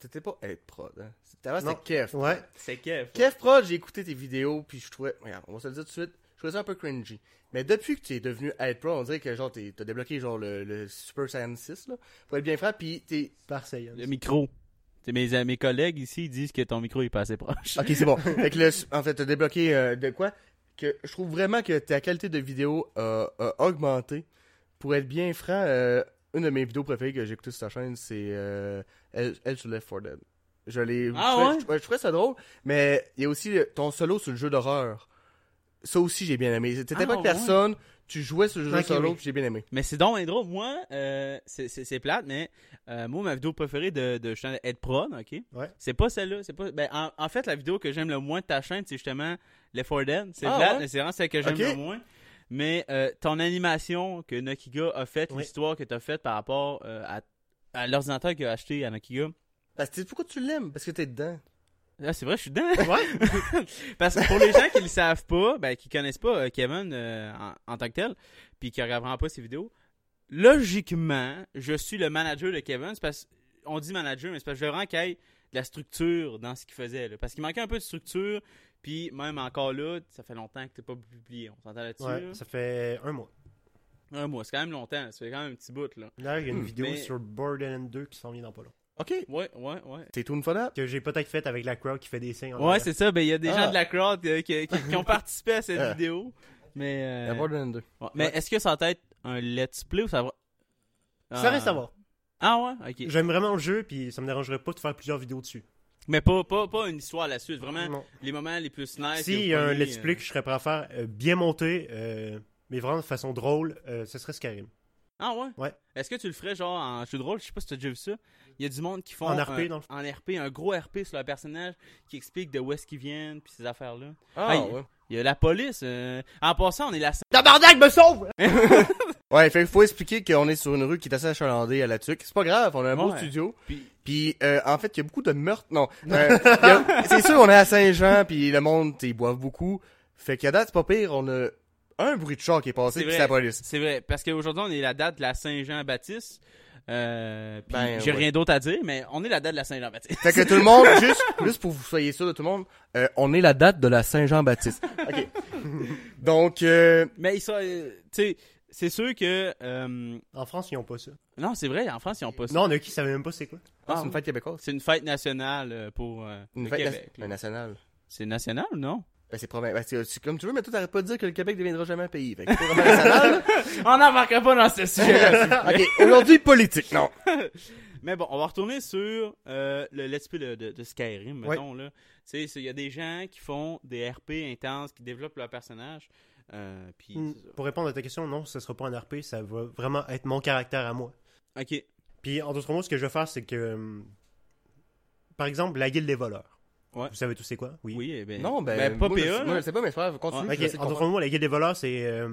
S2: t'étais pas être prod. Hein. C'était- Avant,
S3: Non.
S2: c'était Kev.
S3: Ouais.
S1: C'est Kev.
S2: Kev prod, j'ai écouté tes vidéos, puis je trouvais, regarde, on va se le dire tout de suite, je trouvais ça un peu cringy. Mais depuis que tu es devenu être prod, on dirait que genre, t'es- t'as débloqué genre le, le Super Saiyan 6, là, pour être bien franc, puis t'es...
S3: Par Saiyan.
S1: Le micro. T'sais, Mes, euh, mes collègues ici ils disent que ton micro est pas assez proche.
S2: Ok, c'est bon. fait que là, en fait, t'as débloqué euh, de quoi? Que je trouve vraiment que ta qualité de vidéo a, a augmenté. Pour être bien franc, euh, une de mes vidéos préférées que j'ai écoutées sur ta chaîne, c'est euh, Elle elle sur Left 4 Dead. Je l'ai.
S1: Ah
S2: je trouvais-
S1: ouais?
S2: je, trouvais- je trouvais ça drôle, mais il y a aussi euh, ton solo sur le jeu d'horreur. Ça aussi, j'ai bien aimé. T'étais
S1: Ah
S2: pas que
S1: ouais?
S2: personne, tu jouais sur le jeu
S3: Ok,
S2: solo,
S3: oui.
S2: puis j'ai bien aimé.
S1: Mais c'est donc bien drôle. Moi, euh, c'est- c'est c'est plate, mais euh, moi, ma vidéo préférée de, de justement, Ed Prod, OK?
S3: Ouais.
S1: C'est pas celle-là. c'est pas ben, en, en fait, la vidéo que j'aime le moins de ta chaîne, c'est justement Les For Dead. C'est
S2: Ah,
S1: plate,
S2: ouais?
S1: mais c'est vraiment celle que j'aime
S2: Ok.
S1: le moins. Mais euh, ton animation que Nokiga a faite,
S3: Oui.
S1: l'histoire que t'as faite par rapport euh, à, à l'ordinateur qu'il a acheté à Nokiga,
S2: Parce que pourquoi tu l'aimes? Parce que t'es dedans.
S1: Ah, c'est vrai, je suis dedans. Parce que pour les gens qui le savent pas, ben, qui connaissent pas euh, Kevin euh, en, en tant que tel, puis qui regardent vraiment pas ses vidéos, logiquement, je suis le manager de Kevin. C'est parce on dit manager, mais c'est parce que je veux vraiment qu'il y ait de la structure dans ce qu'il faisait. là. Parce qu'il manquait un peu de structure, puis même encore là, ça fait longtemps que t'es pas publié. On s'entend là-dessus.
S3: Ouais,
S1: là?
S3: ça fait un mois.
S1: Un mois, c'est quand même longtemps. Ça fait quand même un petit bout, là.
S3: D'ailleurs, il y a une
S2: Hmm,
S3: vidéo
S1: mais-
S3: sur Borderlands 2 qui s'en vient dans pas long.
S2: Ok.
S1: Ouais, ouais, ouais.
S2: T'es tout une fois
S3: Que j'ai peut-être faite avec la crowd qui fait des signes. en
S1: Ouais,
S3: arrière.
S1: c'est ça. Ben, il y a des
S2: Ah.
S1: gens de la crowd euh, qui, qui- qui ont participé à cette
S2: Ah.
S1: vidéo. Mais. euh,
S2: La Borderlands 2.
S1: Ouais, Mais est-ce que ça va être un let's play ou ça va.
S3: Ça
S1: Ah.
S3: reste à voir.
S1: Ah ouais, ok.
S3: J'aime vraiment le jeu, puis ça me dérangerait pas de faire plusieurs vidéos dessus.
S1: Mais pas, pas, pas une histoire à la suite, vraiment
S3: Non.
S1: les moments les plus nice. que
S3: Si
S1: vous
S3: il y a un
S1: prenez,
S3: let's
S1: euh,
S3: play que je serais prêt à faire, euh, bien monté, euh, mais vraiment de façon drôle, euh, ce serait Skyrim.
S1: Ah ouais?
S3: Ouais.
S1: Est-ce que tu le ferais genre en jeu de rôle? Je sais pas si t'as déjà vu ça. Il y a du monde qui font
S3: En RP,
S1: un,
S3: dans le-
S1: en RP, un gros RP sur leur personnage qui explique de où est-ce qu'ils viennent puis ces affaires-là.
S2: Ah,
S1: Hey.
S2: ouais.
S1: Il y a la police. euh, En passant, on est la
S3: Tabarnak, me sauve!
S2: Ouais, fait qu'il faut expliquer qu'on est sur une rue qui est assez achalandée à la tuque. C'est pas grave, on a un beau
S1: Ouais.
S2: studio.
S1: Puis-
S2: Puis, euh, en fait, il y a beaucoup de meurtres. Non. Euh, il y a- c'est sûr, on est à Saint-Jean, puis le monde, tu sais, ils boivent beaucoup. Fait qu'à date, c'est pas pire, on a un bruit de char qui est
S1: C'est
S2: passé, puis
S1: vrai.
S2: c'est la police.
S1: C'est vrai, parce qu'aujourd'hui, on est la date de la Saint-Jean-Baptiste. Euh, puis
S2: Ben,
S1: j'ai
S2: ouais.
S1: rien d'autre à dire, mais on est la date de la Saint-Jean-Baptiste.
S2: Fait que tout le monde, juste, juste pour vous soyez sûr de tout le monde, euh, on est la date de la Saint-Jean-Baptiste. OK. Donc, euh,
S1: Mais ils sont, euh, tu sais, c'est sûr que euh,
S3: En France, ils ont pas ça.
S1: non, c'est vrai, en France ils ont pas ça.
S3: Non, on a qui savait même pas c'est quoi.
S1: Ah,
S2: c'est une
S1: oui.
S2: fête québécoise.
S1: C'est une fête nationale euh, pour euh,
S2: Une
S1: le
S2: fête
S1: Québec.
S2: na-
S1: là.
S2: nationale.
S1: C'est national ou non
S2: Ben, c'est provin- ben, c'est c'est comme tu veux, mais toi, t'arrêtes pas de dire que le Québec deviendra jamais un pays. Fait que c'est pas vraiment national.
S1: On n'embarquera pas dans ce sujet.
S2: OK. Aujourd'hui, politique. Non.
S1: Mais bon, on va retourner sur euh, le let's play de, de- de Skyrim,
S3: Ouais.
S1: mettons là. Tu sais, il y a des gens qui font des RP intenses, qui développent leur personnage. euh, puis
S3: Mm.
S1: c'est
S3: Pour répondre à ta question, non, ce sera pas un RP, ça va vraiment être mon caractère à moi.
S1: ça. Ok.
S3: Puis en d'autres mots, ce que je vais faire, c'est que. euh, Par exemple, la guilde des voleurs.
S1: Ouais.
S3: Vous savez tous c'est quoi? Oui.
S1: Oui, eh ben.
S2: Non, ben,
S1: pas
S2: moi, je-
S1: PA.
S2: Moi,
S1: là.
S2: je sais pas, mais c'est pas grave,
S1: Ouais.
S2: continue. je
S3: Ok,
S2: sais
S3: en
S2: comprendre.
S3: d'autres mots, la guilde des voleurs, c'est. euh,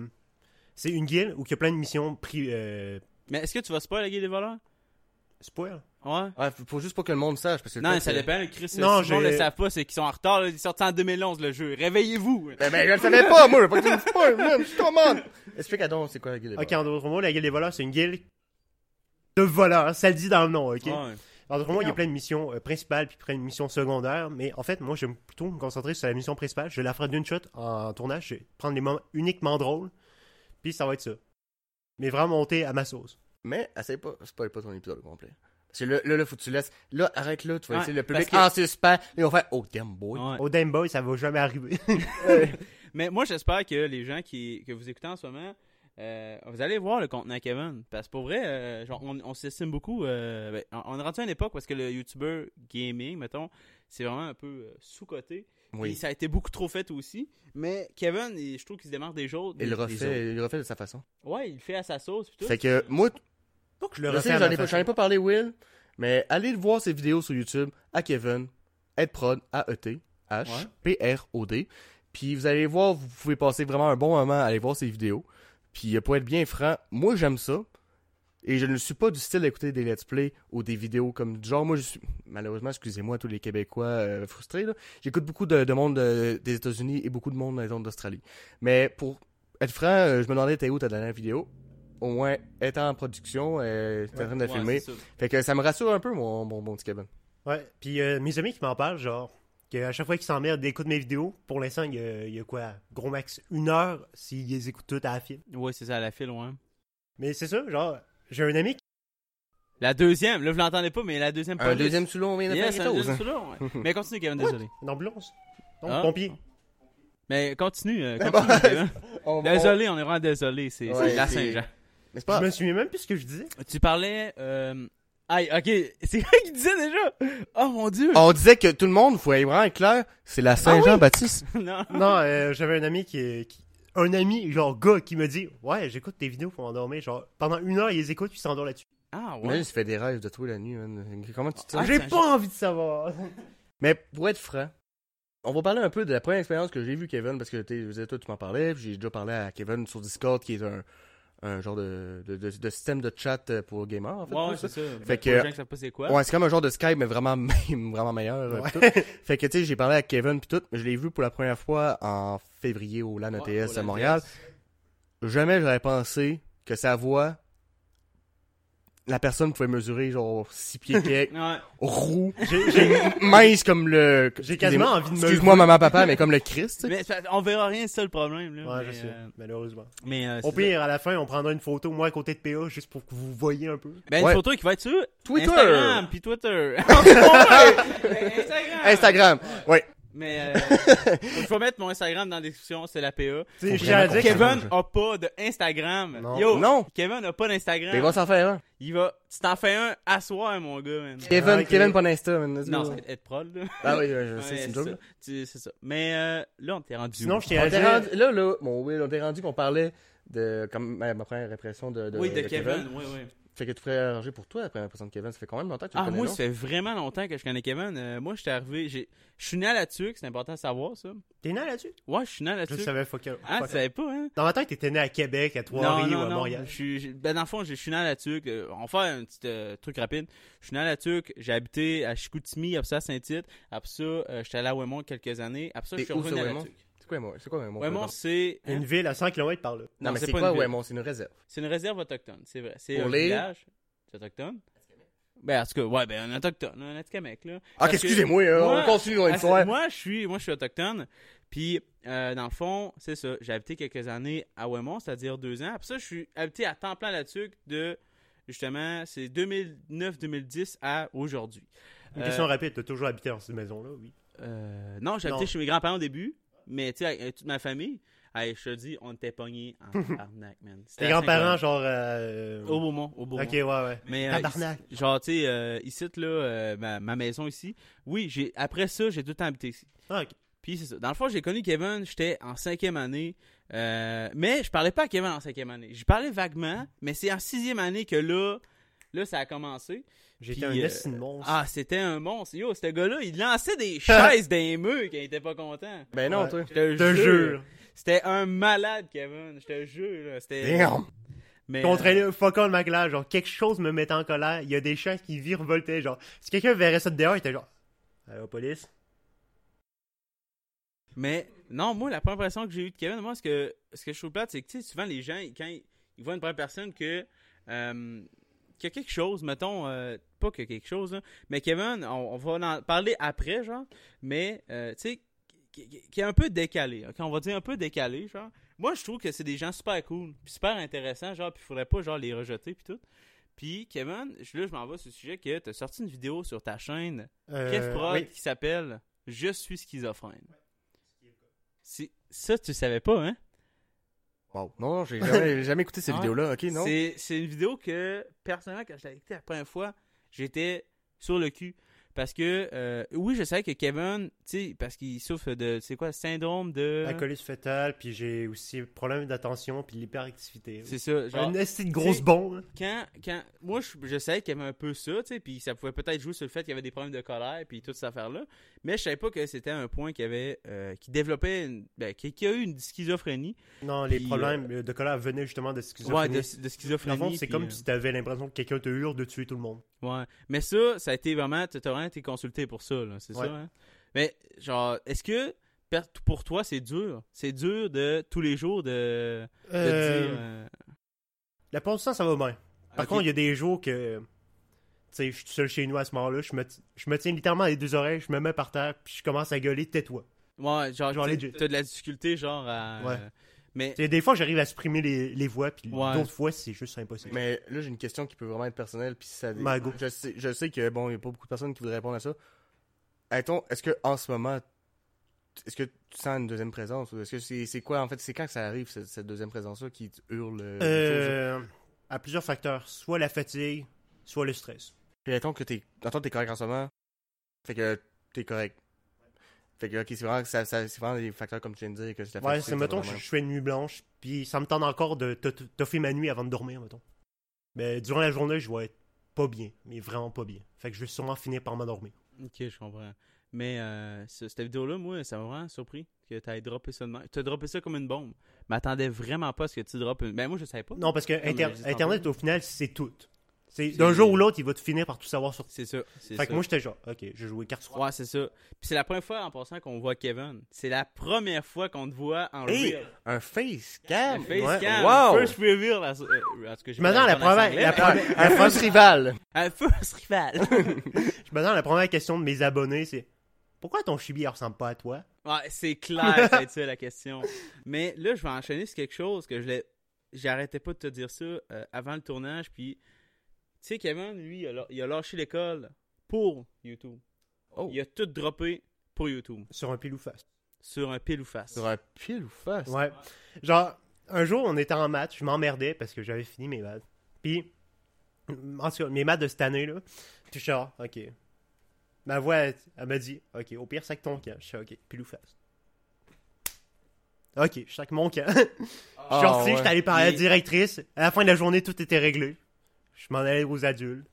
S3: C'est une guilde où il y a plein de missions pris. Euh,
S1: Mais est-ce que tu vas spoiler la guilde des voleurs
S3: spoil.
S1: Ouais.
S2: Ouais, faut faut juste pour que le monde sache, parce que...
S1: Non,
S2: peut-être
S1: ça
S2: que-
S1: dépend. Chris,
S3: Non,
S1: non, si on
S3: j'ai-
S1: le savent pas, c'est qu'ils sont en retard. Là, ils sont sortis en 2011 le jeu. Réveillez-vous.
S2: Ben, ben, je le savais pas, moi, je veux pas que tu me spoil, man, come on! Explique à Don, c'est quoi la guilde des
S3: Ok, en d'autres mots, la guilde des voleurs, c'est une guilde de voleurs. Ça le dit dans le nom, ok?
S1: Ouais.
S3: En d'autres mots, il y a plein de missions euh, principales puis plein de missions secondaires, mais en fait, moi, j'aime plutôt me concentrer sur la mission principale. Je vais la ferai d'une shot en tournage, je vais prendre les moments uniquement drôles, puis ça va être ça. Mais vraiment monter à ma sauce.
S2: Mais, essaye pas, spoil pas ton épisode au complet. Parce que là, là, là, faut que tu laisses. Là, arrête là, tu vas
S1: Ouais,
S2: laisser le
S1: parce
S2: public
S1: que-
S2: en suspens. Et on fait, oh, damn boy.
S1: Ouais.
S3: Au Dame Boy, ça va jamais arriver.
S1: Mais moi, j'espère que les gens qui, que vous écoutez en ce moment, euh, vous allez voir le contenu à Kevin. Parce que pour vrai, euh, genre, on, on s'estime beaucoup. euh, ben, on on est rendu à une époque où est-ce que le YouTuber gaming, mettons, c'est vraiment un peu euh, sous-coté. Et
S2: Oui.
S1: ça a été beaucoup trop fait aussi. Mais Kevin, il- je trouve qu'il se démarre des choses.
S2: Il
S1: des-
S2: le
S1: des autres.
S2: refait, il le refait de sa façon.
S1: Ouais, il le fait à sa sauce. pis tout.
S2: Fait que, moi,
S3: Pas que je le
S2: Je sais,
S3: refais à
S2: j'en
S3: ma
S2: ai, pas-
S3: façon.
S2: j'en ai pas parlé, Will, mais allez voir ses vidéos sur YouTube à Kevin, être prod, A-E-T, H, P-R-O-D. Puis vous allez voir, vous pouvez passer vraiment un bon moment à aller voir ses vidéos. Puis euh, pour être bien franc, moi j'aime ça. Et je ne suis pas du style d'écouter des let's play ou des vidéos comme du genre. Moi, je suis, malheureusement, excusez-moi, tous les Québécois euh, frustrés, là. J'écoute beaucoup de, de monde euh, des États-Unis et beaucoup de monde dans les zones d'Australie. Mais pour être franc, euh, je me demandais, t'es où ta dernière vidéo? Au moins, étant en production, euh, t'es en train de la
S1: Ouais,
S2: filmer.
S1: c'est ça.
S2: Fait que ça me rassure un peu, mon, mon, mon petit Kevin.
S3: Ouais, puis euh, mes amis qui m'en parlent, genre, qu'à chaque fois qu'ils s'emmerdent, ils écoutent mes vidéos. Pour l'instant, il y, a- il y a quoi Gros max une heure s'ils les écoutent toutes à la file.
S1: Ouais, c'est ça, à la file, ouais.
S3: Mais c'est ça, genre, j'ai un ami qui.
S1: La deuxième, là, vous l'entendez pas, mais la deuxième
S2: Un
S1: police.
S2: deuxième sous on vient de
S1: Yes,
S2: faire
S1: un
S2: quelque chose.
S1: deuxième sous-là, ouais. Mais continue, Kevin, désolé.
S3: Une ambulance Non,
S1: Ah.
S3: pompier.
S1: Mais continue, euh,
S2: Mais
S1: continue,
S2: bon,
S1: Kevin.
S2: hein. On- on-
S1: Désolé, on est vraiment désolé, c'est
S2: Ouais,
S1: c'est la
S2: c'est-
S1: Saint-Jean.
S2: Mais c'est
S3: Je
S2: pas-
S3: me souviens même plus ce que je disais.
S1: Tu parlais. Euh... Aïe, ok, c'est quoi qu'il disait déjà Oh mon dieu
S2: On disait que tout le monde, faut être vraiment clair, c'est
S1: Ah
S2: la Saint-Jean-Baptiste.
S1: Non
S3: Non, euh, j'avais un ami qui, qui- Un ami, genre, gars, qui me dit Ouais, j'écoute tes vidéos pour m'endormir. Genre, pendant une heure, il les écoute, puis il s'endort là-dessus.
S1: Ah
S2: Moi,
S1: ouais
S2: je fais des rêves de toi la nuit, man. Comment tu te
S1: Ah,
S2: sens?
S3: J'ai
S1: c'est un
S3: pas envie de savoir.
S2: Mais pour être franc, on va parler un peu de la première expérience que j'ai vue Kevin, parce que t'es- je disais, toi, tu m'en parlais, puis j'ai déjà parlé à Kevin sur Discord, qui est un, un genre de, de, de- de système de chat euh, pour gamers, en fait.
S1: Ouais,
S2: plus,
S1: c'est
S2: ça.
S1: ça. Fait
S2: Fait
S1: que.
S2: que-
S1: Les gens qui savent pas c'est quoi.
S2: Ouais, c'est comme un genre de Skype, mais vraiment, vraiment meilleur. euh,
S3: Ouais.
S2: pis tout. Fait que, tu sais, j'ai parlé à Kevin puis tout, mais je l'ai vu pour la première fois en février au LAN
S1: Ouais, E
S2: ETS
S1: pour
S2: à
S1: la
S2: Montréal. Jamais j'aurais pensé que sa voix, la personne pouvait mesurer genre 6 pieds quelques,
S1: Ouais.
S2: roux,
S3: J'ai- j'ai-
S2: mince comme le...
S3: J'ai quasiment envie de me
S2: Excuse-moi maman, papa, mais comme le Christ. tu sais.
S1: Mais c'est- on verra rien, c'est ça le problème. Là,
S3: Ouais,
S1: mais,
S3: je sais,
S1: euh,
S3: malheureusement.
S1: mais euh,
S3: Au
S1: c'est
S3: pire, à la fin, on prendra une photo, moi, à côté de PA, juste pour que vous voyez un peu.
S1: ça. Ben, une
S2: Ouais.
S1: photo qui va être sur
S2: Twitter!
S1: Instagram, puis Twitter. Ouais, Instagram.
S2: Instagram!
S1: Ah.
S2: Ouais.
S1: Mais euh, je vais mettre mon Instagram dans la description, c'est la PA.
S3: Tu sais,
S2: Faut
S3: j'ai à
S2: vraiment
S3: dire
S2: qu'on-
S3: que
S1: Kevin a pas de Instagram.
S3: Non.
S1: Yo,
S2: Non!
S1: Kevin a pas
S2: Mais ils
S1: d'Instagram.
S2: vont s'en faire, hein.
S1: Il va, tu t'en fais un à soir, mon gars, man.
S2: Kevin,
S3: Ah, ok.
S2: Kevin pas d'Insta, man. Let's
S1: Non,
S2: go.
S1: c'est être prod, là.
S2: Ah oui, ouais, je
S1: Ouais,
S2: sais, c'est
S1: c'est
S2: une joke.
S1: ça.
S2: là.
S1: Tu- c'est ça. Mais euh, là, on t'est rendu.
S3: Sinon,
S1: où?
S3: je tiens
S2: On
S3: à
S2: t'est
S3: dire.
S2: rendu, là, là, mon Will, on t'est rendu qu'on parlait de, comme, ma ma première impression de, de-
S1: Oui, de,
S2: de
S1: Kevin, oui, oui.
S2: Fait que tu ferais arranger pour toi la première personne de Kevin. Ça fait quand même longtemps que tu le
S1: Ah,
S2: connais,
S1: moi,
S2: non?
S1: ça fait vraiment longtemps que je connais Kevin. Euh, moi, j'étais arrivé. j'ai- Je suis né à la tuque, c'est important de savoir ça.
S3: T'es né là-dessus
S1: Ouais, je suis né à la
S3: Je
S1: tuque.
S3: savais fuck up.
S1: Ah,
S3: Fuck
S1: tu
S3: up.
S1: savais pas, hein?
S3: Dans ma tête, t'étais né à Québec, à
S1: Non,
S3: Trois-Rivières ou
S1: non,
S3: à
S1: non.
S3: Montréal.
S1: Je suis- j'ai- ben, dans le fond, je je suis né à la tuque. Euh, on va faire un petit euh, truc rapide. Je suis né à la tuque. J'ai habité à Chicoutimi, après ça, à Saint-Tite. Après ça, euh, j'étais allé à Ouémont quelques années. Après ça, je
S2: T'es
S1: suis
S2: où,
S1: revenu
S2: ça,
S1: à la
S2: Ouémont?
S1: tuque.
S2: C'est quoi, moi? C'est quoi, moi? mon
S1: Ouémont,
S2: Kevin?
S1: c'est.
S3: Une ville à 100 km par là.
S2: Non, mais c'est
S1: pas
S2: quoi,
S1: une ville.
S2: ouais, mon? C'est une réserve.
S1: C'est une réserve autochtone, c'est vrai. C'est
S2: Pour
S1: un
S2: les-
S1: village. C'est autochtone? Ben, en tout cas, ouais, ben, un autochtone, un Atikamekw, là.
S2: Ah,
S1: Parce que-
S2: excusez-moi, euh,
S1: Moi,
S2: on continue dans
S1: à-
S2: l'histoire.
S1: Moi, je suis, moi, je suis autochtone. Puis, euh, dans le fond, c'est ça. J'ai habité quelques années à Ouémont, c'est-à-dire deux ans. Puis ça, je suis habité à temps plein là-dessus de, justement, c'est 2009-2010 à aujourd'hui.
S3: Une
S1: Euh,
S3: question rapide, t'as toujours habité dans cette maison-là, oui.
S1: euh, non, j'ai habité
S3: Non.
S1: chez mes grands-parents au début, mais, tu sais, avec- avec toute ma famille, hey, je te dis, on était pognés en arnaque, man. C'était
S3: Tes grands-parents,
S1: assez
S3: genre. euh,
S1: incroyable. Au Beaumont, au Beaumont.
S3: Ok, ouais, ouais.
S1: Mais euh,
S3: Tabarnak.
S1: ici- genre, tu sais, euh, ici, là, euh, ma, ma maison ici, oui, j'ai après ça, j'ai tout le temps habité ici.
S3: Ah, ok.
S1: Puis c'est ça. Dans le fond, j'ai connu Kevin, j'étais en cinquième année. euh, mais je parlais pas à Kevin en cinquième année. J'y parlais vaguement, mais c'est en sixième année que là, là, ça a commencé.
S3: J'étais
S1: Puis,
S3: un
S1: euh,
S3: esti de monstre.
S1: Ah, c'était un monstre. Yo, ce gars-là, il lançait des chaises d'un mur quand il était pas content.
S2: Ben non,
S3: Ouais.
S2: toi.
S1: Je te
S3: Je te jure.
S1: C'était un malade, Kevin. Je te jure. là, C'était.
S2: Damn!
S1: Mais, euh,
S3: Contraignant, fuck all ma classe, genre quelque chose me met en colère, il y a des chants qui virevoltaient, genre si quelqu'un verrait ça de dehors, il était genre Allô police.
S1: Mais non, moi, la première impression que j'ai eue de Kevin, moi, ce que, ce que je trouve plate, c'est que tu sais, souvent les gens, ils- quand ils, ils voient une première personne que. euh, qu'il y a quelque chose, mettons, euh, pas que quelque chose, là, mais Kevin, on, on va en parler après, genre, mais euh, tu sais, qui, qui- qui est un peu décalé, ok, on va dire un peu décalé, genre. Moi, je trouve que c'est des gens super cool, puis super intéressants, genre, puis faudrait pas, genre, les rejeter, puis tout. Puis, Kevin, je- là, je m'en vais sur le sujet que t'as sorti une vidéo sur ta chaîne,
S3: Euh,
S1: Kev Prod,
S3: oui.
S1: qui s'appelle Je suis schizophrène. C'est- Ça, tu le savais pas, hein?
S2: Wow. Non, non, j'ai jamais, j'ai jamais écouté ces
S1: Ouais.
S2: vidéos-là, ok, non?
S1: C'est c'est une vidéo que, personnellement, quand je l'ai écoutée la première fois, j'étais sur le cul. Parce que, euh, oui, je savais que Kevin, tu sais, parce qu'il souffre de, c'est quoi, syndrome de.
S3: Alcoolisme fétal, puis j'ai aussi problème d'attention, puis l'hyperactivité.
S1: C'est ça. Genre,
S3: Un esti de grosse
S1: c'est-
S3: bombe. hein.
S1: quand, quand moi je, je savais qu'il y avait un peu ça, tu sais, puis ça pouvait peut-être jouer sur le fait qu'il y avait des problèmes de colère puis toute cette affaire là, mais je savais pas que c'était un point qui avait euh, qui développait une, ben, qui, qui a eu une schizophrénie.
S3: Non,
S1: Puis,
S3: les problèmes euh, de colère venaient justement de
S1: Ouais,
S3: schizophrénie.
S1: de, de
S3: Dans le
S1: schizophrénie.
S3: fond, c'est
S1: puis,
S3: comme
S1: euh,
S3: si t'avais l'impression que quelqu'un te hurle de tuer tout le monde.
S1: ouais. Mais ça, ça a été vraiment t'as vraiment été consulté pour ça là, c'est
S3: Ouais.
S1: ça hein? Mais genre est-ce que per- pour toi c'est dur, c'est dur de tous les jours de, de dire euh,
S3: La plupart du temps, ça va bien. Par
S1: ok,
S3: contre, il y a des jours que. Tu sais, je suis tout seul chez nous à ce moment-là. Je me, ti- je me tiens littéralement les deux oreilles, je me mets par terre, puis je commence à gueuler, tais-toi.
S1: ouais, genre,
S3: genre
S1: t'sais,
S3: legit.
S1: t'as de la difficulté genre à
S3: Ouais.
S1: mais
S3: Tu sais, des fois, j'arrive à supprimer les, les voix, puis
S1: Ouais.
S3: d'autres fois, c'est juste impossible.
S2: Mais là, j'ai une question qui peut vraiment être personnelle, puis ça.
S3: Ma go.
S2: Je sais, je sais que bon, il y a pas beaucoup de personnes qui voudraient répondre à ça. Admettons, est-ce que en ce moment, est-ce que tu sens une deuxième présence ou est-ce que c'est c'est quoi en fait, c'est quand que ça arrive cette, cette deuxième présence là qui te hurle euh, chose?
S3: Euh, à plusieurs facteurs. Soit la fatigue, soit le stress.
S2: Puis admettons que t'es, admettons que t'es correct en ce moment, fait que t'es correct. Fait que ok, c'est vraiment, ça, ça- c'est vraiment des facteurs comme tu viens de dire que c'est la
S3: Ouais,
S2: fatigue,
S3: c'est, mettons,
S2: ça
S3: je,
S2: va
S3: je fais une nuit blanche, puis ça me tente encore de te- te- toffer ma nuit avant de dormir, mettons. Mais durant la journée, je vais être pas bien, mais vraiment pas bien. Fait que je vais sûrement finir par m'endormir.
S1: Ok, je comprends. Mais euh, ce- cette vidéo-là, moi, ça m'a vraiment surpris que tu aies droppé ça de même. Tu as droppé ça comme une bombe. Je m'attendais vraiment pas à ce que tu droppes une. Ben, moi, je savais pas.
S3: Non, parce que
S1: mais
S3: Inter-
S1: juste en
S3: Internet, au final, c'est tout. C'est,
S1: C'est-
S3: d'un jour ou l'autre, il va te finir par tout savoir sur
S1: C'est ça. c'est
S3: Fait
S1: ça.
S3: que moi, j'étais genre, ok, je jouais carte sur
S1: Ouais, c'est ça. Puis c'est la première fois en passant qu'on voit Kevin. C'est la première fois qu'on te voit en
S2: Hey,
S1: real.
S2: Un face cam.
S1: Le Face
S2: Ouais,
S1: cam,
S2: wow.
S1: First reveal. à- euh, en tout cas, j'ai
S3: Je
S1: pas
S3: me demande la
S1: l'accent
S3: première-
S1: anglais,
S3: la
S1: mais-
S3: première-
S2: Ouais, un first rival.
S1: Un first rival.
S3: Je me demande, la première question de mes abonnés, c'est pourquoi ton chibi il ressemble pas à toi
S1: Ouais, c'est clair, c'est ça la question. Mais là, je vais enchaîner sur quelque chose que je l'ai. J'arrêtais pas de te dire ça euh, avant le tournage. Puis, tu sais, Kevin, lui, il a, lâ- il a lâché l'école pour YouTube.
S2: Oh.
S1: Il a tout droppé pour YouTube.
S3: Sur un pile ou face.
S1: Sur un pile ou face.
S2: Sur un pile ou face.
S3: Ouais. Genre, un jour, on était en maths, je m'emmerdais parce que j'avais fini mes maths. Puis, en tout cas, mes maths de cette année, là, puis je suis genre, ok. Ma voix, elle, elle m'a dit, ok, au pire, sac ton camp. Je suis ok, pile ou face. Ok, je sac mon camp. Je suis sorti,
S2: Ah, ouais.
S3: j'étais allé parler à la
S1: Mais-
S3: directrice. À la fin de la journée, tout était réglé. Je m'en allais aux adultes.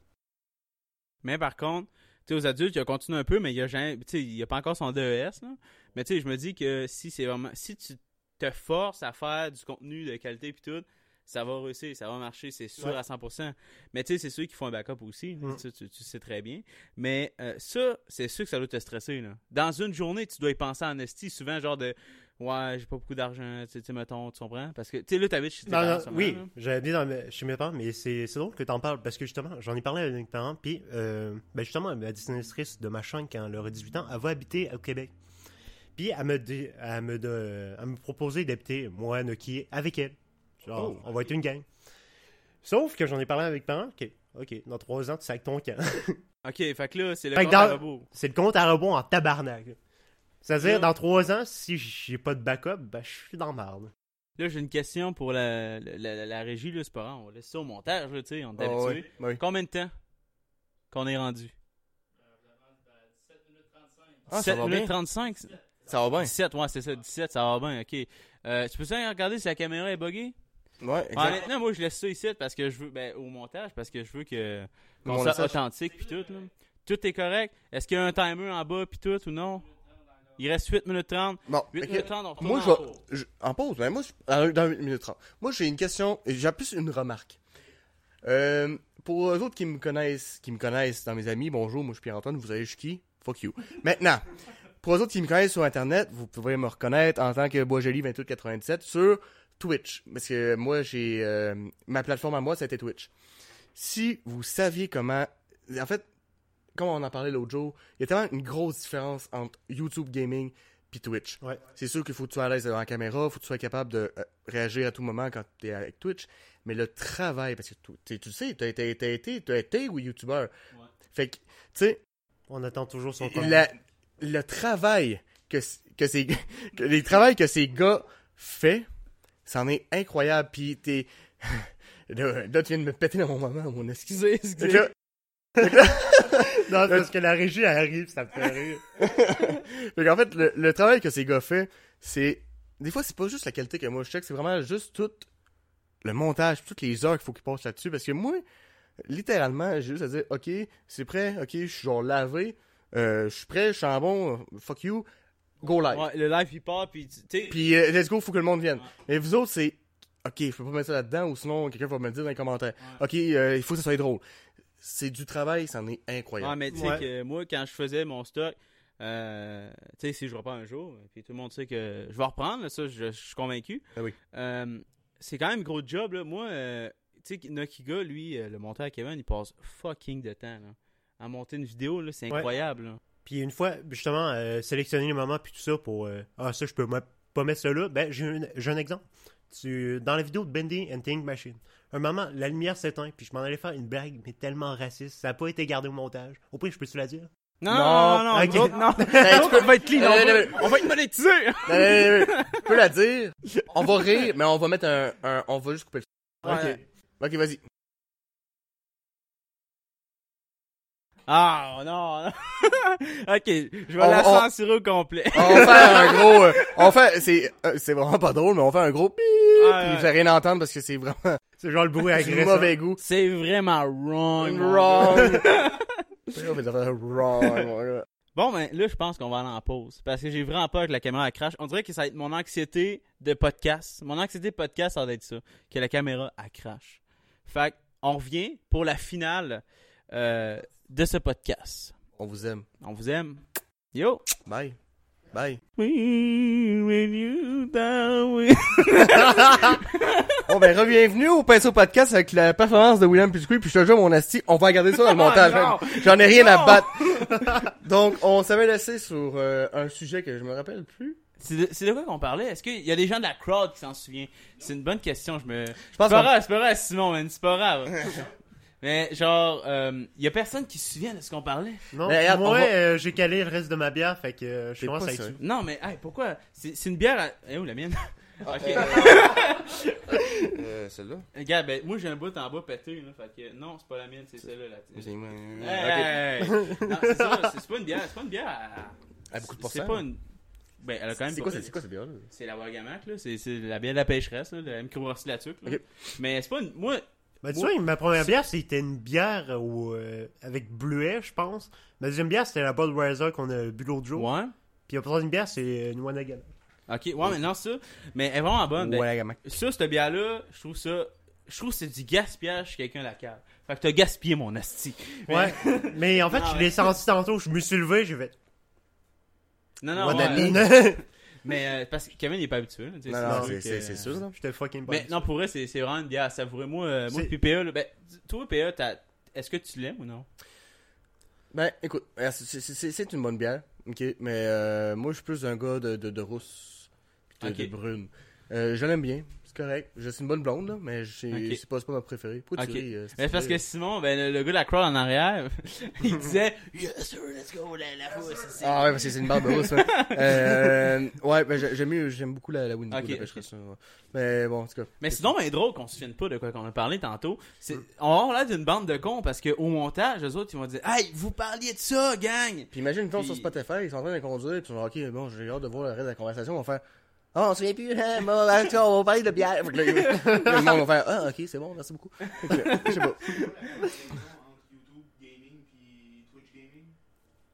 S1: Mais par contre, tu sais, aux adultes, il a continué un peu, mais il a, jamais- tu sais, il a pas encore son DES. là. Mais tu sais, je me dis que si c'est vraiment. Si tu te forces à faire du contenu de qualité puis tout, ça va réussir, ça va marcher, c'est sûr
S3: Ouais.
S1: à 100%. Mais tu sais, c'est ceux qui font un backup aussi, là,
S3: Mm.
S1: ça, tu, tu sais très bien. Mais euh, ça, c'est sûr que ça doit te stresser. Là. Dans une journée, tu dois y penser en esti, souvent genre de Ouais, j'ai pas beaucoup d'argent, tu sais, tu sais, mettons, tu comprends? Parce que tu sais, là, t'habites chez tes
S3: Non,
S1: parents,
S3: non,
S1: en ce moment,
S3: oui,
S1: là.
S3: j'avais dit dans mes- chez mes parents, mais c'est c'est drôle que t'en parles parce que justement, j'en ai parlé avec mes parents, puis euh, ben justement, la dessinatrice de ma chaîne, quand elle aurait 18 ans, elle va habiter au Québec. Puis elle me, dé- elle me, de- elle me proposait d'habiter, moi, Noki, avec elle. Genre,
S2: Oh,
S3: on va être une gang. Sauf que j'en ai parlé avec mes parents, ok, ok, dans trois ans, tu sacs ton camp.
S1: Ok, fait que là, c'est le
S3: Fait que
S1: compte à
S3: dans-
S1: rebours.
S3: c'est le compte à rebond en tabarnak. C'est-à-dire,
S1: Ouais.
S3: dans trois ans, si j'ai pas de backup, ben je suis dans le marde.
S1: Là, j'ai une question pour la, la, la- la régie, là, c'est pas grave, on laisse ça au montage, là, tu sais, on est
S2: Ah,
S1: habitué.
S2: ouais. Bah oui.
S1: Combien de temps qu'on est rendu?
S2: Ah, ça
S1: 7
S2: va
S1: minutes
S2: bien.
S1: 35?
S2: Ça va bien.
S1: 17, ouais, c'est ça, 17, ça va bien, ok. Euh, tu peux ça regarder si la caméra est buggée?
S2: Ouais, exact.
S1: Ouais, maintenant, moi, je laisse ça ici parce que je veux, ben, au montage, parce que je veux que
S2: Mon
S1: qu'on soit
S2: message.
S1: authentique puis tout, là. Tout est correct? Est-ce qu'il y a un timer en bas puis tout ou non? Il reste 8 minutes 30.
S2: Bon,
S1: 8
S2: ok.
S1: minutes 30, on retourne
S2: Moi,
S1: en
S2: je vais.
S1: cours.
S2: je- en pause, mais moi, je, euh, dans 8 minutes 30. Moi, j'ai une question, et j'ai plus une remarque. Euh, pour les autres qui me connaissent, qui me connaissent dans mes amis, bonjour, moi je suis Pierre-Antoine, vous savez, je suis qui? Fuck you. Maintenant, pour les autres qui me connaissent sur Internet, vous pouvez me reconnaître en tant que Boisjoli2897 sur Twitch. Parce que moi, j'ai. euh, ma plateforme à moi, c'était Twitch. Si vous saviez comment. En fait, comme on en parlait l'autre jour, il y a tellement une grosse différence entre YouTube Gaming puis Twitch.
S3: Ouais.
S2: C'est sûr qu'il faut que tu sois à l'aise devant la caméra, faut que tu sois capable de euh, réagir à tout moment quand tu es avec Twitch. mais le travail, parce que tu- tu tu sais, tu as été, t'as été, t'as été oui, youtubeur.
S1: Ouais.
S2: Fait que, tu sais,
S3: On attend toujours son commentaire.
S2: la- le travail que, c- que ces, que les travails que ces gars fait, c'en est incroyable. Puis t'es, là, là, tu viens de me péter dans mon moment, mon excusez, excusez. Fait que là,
S3: Non, c'est parce que la régie elle arrive, ça me fait rire.
S2: Fait qu'en fait, le, le travail que ces gars font, c'est. Des fois, c'est pas juste la qualité que moi je check, c'est vraiment juste tout le montage, toutes les heures qu'il faut qu'ils passent là-dessus. Parce que moi, littéralement, j'ai juste à dire, ok, c'est prêt, ok, je suis genre lavé, euh, je suis prêt, je suis en bon, fuck you, go live.
S1: Ouais, le live il part, puis tu sais.
S2: Puis euh, let's go, faut que le monde vienne.
S1: Ouais.
S2: Mais vous autres, c'est OK, je peux pas mettre ça là-dedans ou sinon quelqu'un va me le dire dans les commentaires.
S1: Ouais.
S2: OK, euh, il faut que ça soit drôle. C'est du travail, c'en est
S1: Ouais,
S2: incroyable.
S1: mais tu sais
S3: Ouais.
S1: que moi, quand je faisais mon stock, euh, tu sais, si je reprends un jour, puis tout le monde sait que je vais reprendre, là, ça, je, je suis convaincu.
S2: Ah oui.
S1: Euh, c'est quand même gros job, là. Moi, euh, tu sais, Nokiga, lui, euh, le monteur Kevin, il passe fucking de temps, là. À monter une vidéo, là, c'est
S3: Ouais.
S1: incroyable, là.
S3: Puis une fois, justement, euh, sélectionner les moments puis tout ça pour euh, Ah, ça, je peux ma- pas mettre ça là. Ben, j'ai un, j'ai un exemple. Tu, dans la vidéo de Bendy and Think Machine, un moment, la lumière s'éteint, puis je m'en allais faire une blague, mais tellement raciste, ça n'a pas été gardé au montage. Au pire, je peux-tu la dire
S1: Non,
S2: Non,
S1: non, non,
S3: ok.
S1: non, non.
S2: Hey, tu peux-
S1: on va être clean, on
S2: Euh,
S1: va, on va être monétisé.
S2: Non, non, non, non, non. Tu peux la dire. On va rire, mais on va mettre un, un- on va juste couper le.
S1: Ouais.
S2: OK. OK, vas-y.
S1: Ah, non, non. ok, je vais
S2: On-
S1: la
S2: on-
S1: censurer au complet.
S2: On va faire un gros euh, on fait c'est euh, c'est vraiment pas drôle, mais on fait un gros pip,
S1: Ouais,
S2: puis il
S1: ouais.
S2: fait rien entendre parce que c'est vraiment
S3: C'est genre le bruit
S2: du
S3: agressant.
S2: mauvais goût.
S1: C'est vraiment wrong. mon gars.
S2: Wrong. On fait ça, wrong. mon gars.
S1: Bon, ben là, je pense qu'on va aller en pause. Parce que j'ai vraiment peur que la caméra elle crache. On dirait que ça va être mon anxiété de podcast. Mon anxiété de podcast, ça va être ça. Que la caméra, elle crache. Fait qu'on revient pour la finale euh, de ce podcast.
S2: On vous aime.
S1: On vous aime. Yo!
S2: Bye. Bye. Bon ben re-bienvenue au Pinceau Podcast avec la performance de William Piscouy puis je te jure mon asti, on va garder ça dans le montage.
S1: Ah, non.
S2: même. J'en ai rien à
S1: Non.
S2: battre. Donc on s'avait laissé sur euh, un sujet que je me rappelle plus.
S1: C'est de, c'est de quoi qu'on parlait? Est-ce qu'il y a des gens de la crowd qui s'en souviennent? C'est une bonne question. Je me.
S2: Je pense
S1: C'est pas
S2: qu'on
S1: grave, c'est pas grave, Simon, man. C'est pas grave. Mais genre, euh, y a personne qui se souvient de ce qu'on parlait.
S3: Non,
S2: Mais regarde, on
S3: moi,
S2: va-
S3: euh, j'ai calé le reste de ma bière, fait que euh, je
S2: T'es
S3: commence
S2: pas
S3: à être
S2: sûr.
S3: sous.
S1: Non, mais hey, pourquoi C'est c'est une bière. À... Eh où la mienne Ok.
S2: euh, celle-là.
S1: Regarde, ben, moi j'ai un bout en bas pété. Là, fait que non, c'est pas la mienne, c'est celle-là. La tienne.
S2: C'est moi.
S1: Hey, hey, hey. Non, c'est ça, c'est- c'est pas une bière. C'est pas une bière. à-
S2: Elle a Ah, beaucoup de
S1: C'est
S2: pourcent.
S1: pas une. Ben, elle a quand même.
S2: C'est quoi, c'est- c'est quoi cette bière-là?
S1: C'est la Wagamak, là. C'est c'est la bière de la pêcheresse, là. La microversie là-dessus. là.
S2: Ok.
S1: Mais c'est pas une. Moi,
S3: Ben, tu vois, ma première bière, c'était une bière au, euh, avec bleuet, je pense. Ma deuxième bière, c'était la Budweiser qu'on a bu l'autre jour.
S1: ouais.
S3: Puis la troisième bière, c'est euh, une Wanagana.
S1: Ok, ouais, mais non, ça. Mais elle est vraiment bonne. Ben,
S2: Ouais, gamin.
S1: Ça, cette bière-là, je trouve ça. Je trouve que c'est du gaspillage chez quelqu'un à la cave. Fait que t'as gaspillé mon asti.
S3: Ouais. Mais en fait,
S1: Ah,
S3: je
S1: ouais.
S3: l'ai senti tantôt. Je me suis levé, j'ai fait.
S1: Non, non, ouais.
S3: Wanagana.
S1: Mais euh, parce que Kevin, il est pas habitué. là, tu sais,
S2: Non,
S1: un
S2: non,
S1: truc,
S2: c'est- c'est
S1: euh,
S2: c'est sûr, là.
S3: J'étais fucking pas
S1: Mais non, pour vrai, c'est c'est vraiment une bière à savourer. Moi, euh, moi
S3: C'est-
S1: puis PA, là, ben, t- toi, PA, t'as- est-ce que tu l'aimes ou non?
S2: Ben, écoute, euh, c'est- c'est c'est- c'est une bonne bière, ok, mais euh, moi, je suis plus un gars de, de, de rousse, pis de,
S1: Ok.
S2: de brune. Euh, je l'aime bien, c'est correct. Je suis une bonne blonde, là, mais j'ai-
S1: Ok.
S2: c'est pas, c'est pas ma préférée. Pourquoi
S1: Ok.
S2: tu ris, euh,
S1: Ben, c'est parce que
S2: c'est-
S1: Simon, ben, le, le gars de la crowd en arrière, il disait Yes, sir, let's go, la, la rousse, c'est-
S2: Ah ouais, parce que c'est une barbe rousse, ouais. Euh, ouais, ben, j'ai- j'aime mieux- j'aime beaucoup la, la Winnie
S1: Ok,
S2: la
S1: ok.
S2: pêcheresse, ouais. Mais bon, en tout cas.
S1: Mais sinon, ben, drôle qu'on se souvienne pas de quoi qu'on a parlé tantôt. C'est,
S2: Mm.
S1: on va avoir l'air d'une bande de cons parce qu'au montage, eux autres, ils vont dire Hey, vous parliez de ça, gang!
S2: Puis imagine, mettons,
S1: Puis-
S2: sur Spotify, ils sont en train de conduire, puis ils sont ok, bon, j'ai hâte de voir le reste de la conversation, on va faire, ah, on se souvient plus, hein, bon, ben, tu vois, on va parler de bière. Fait que là, le monde va faire, ah, ok, c'est bon, merci beaucoup. Fait que là, Je sais pas.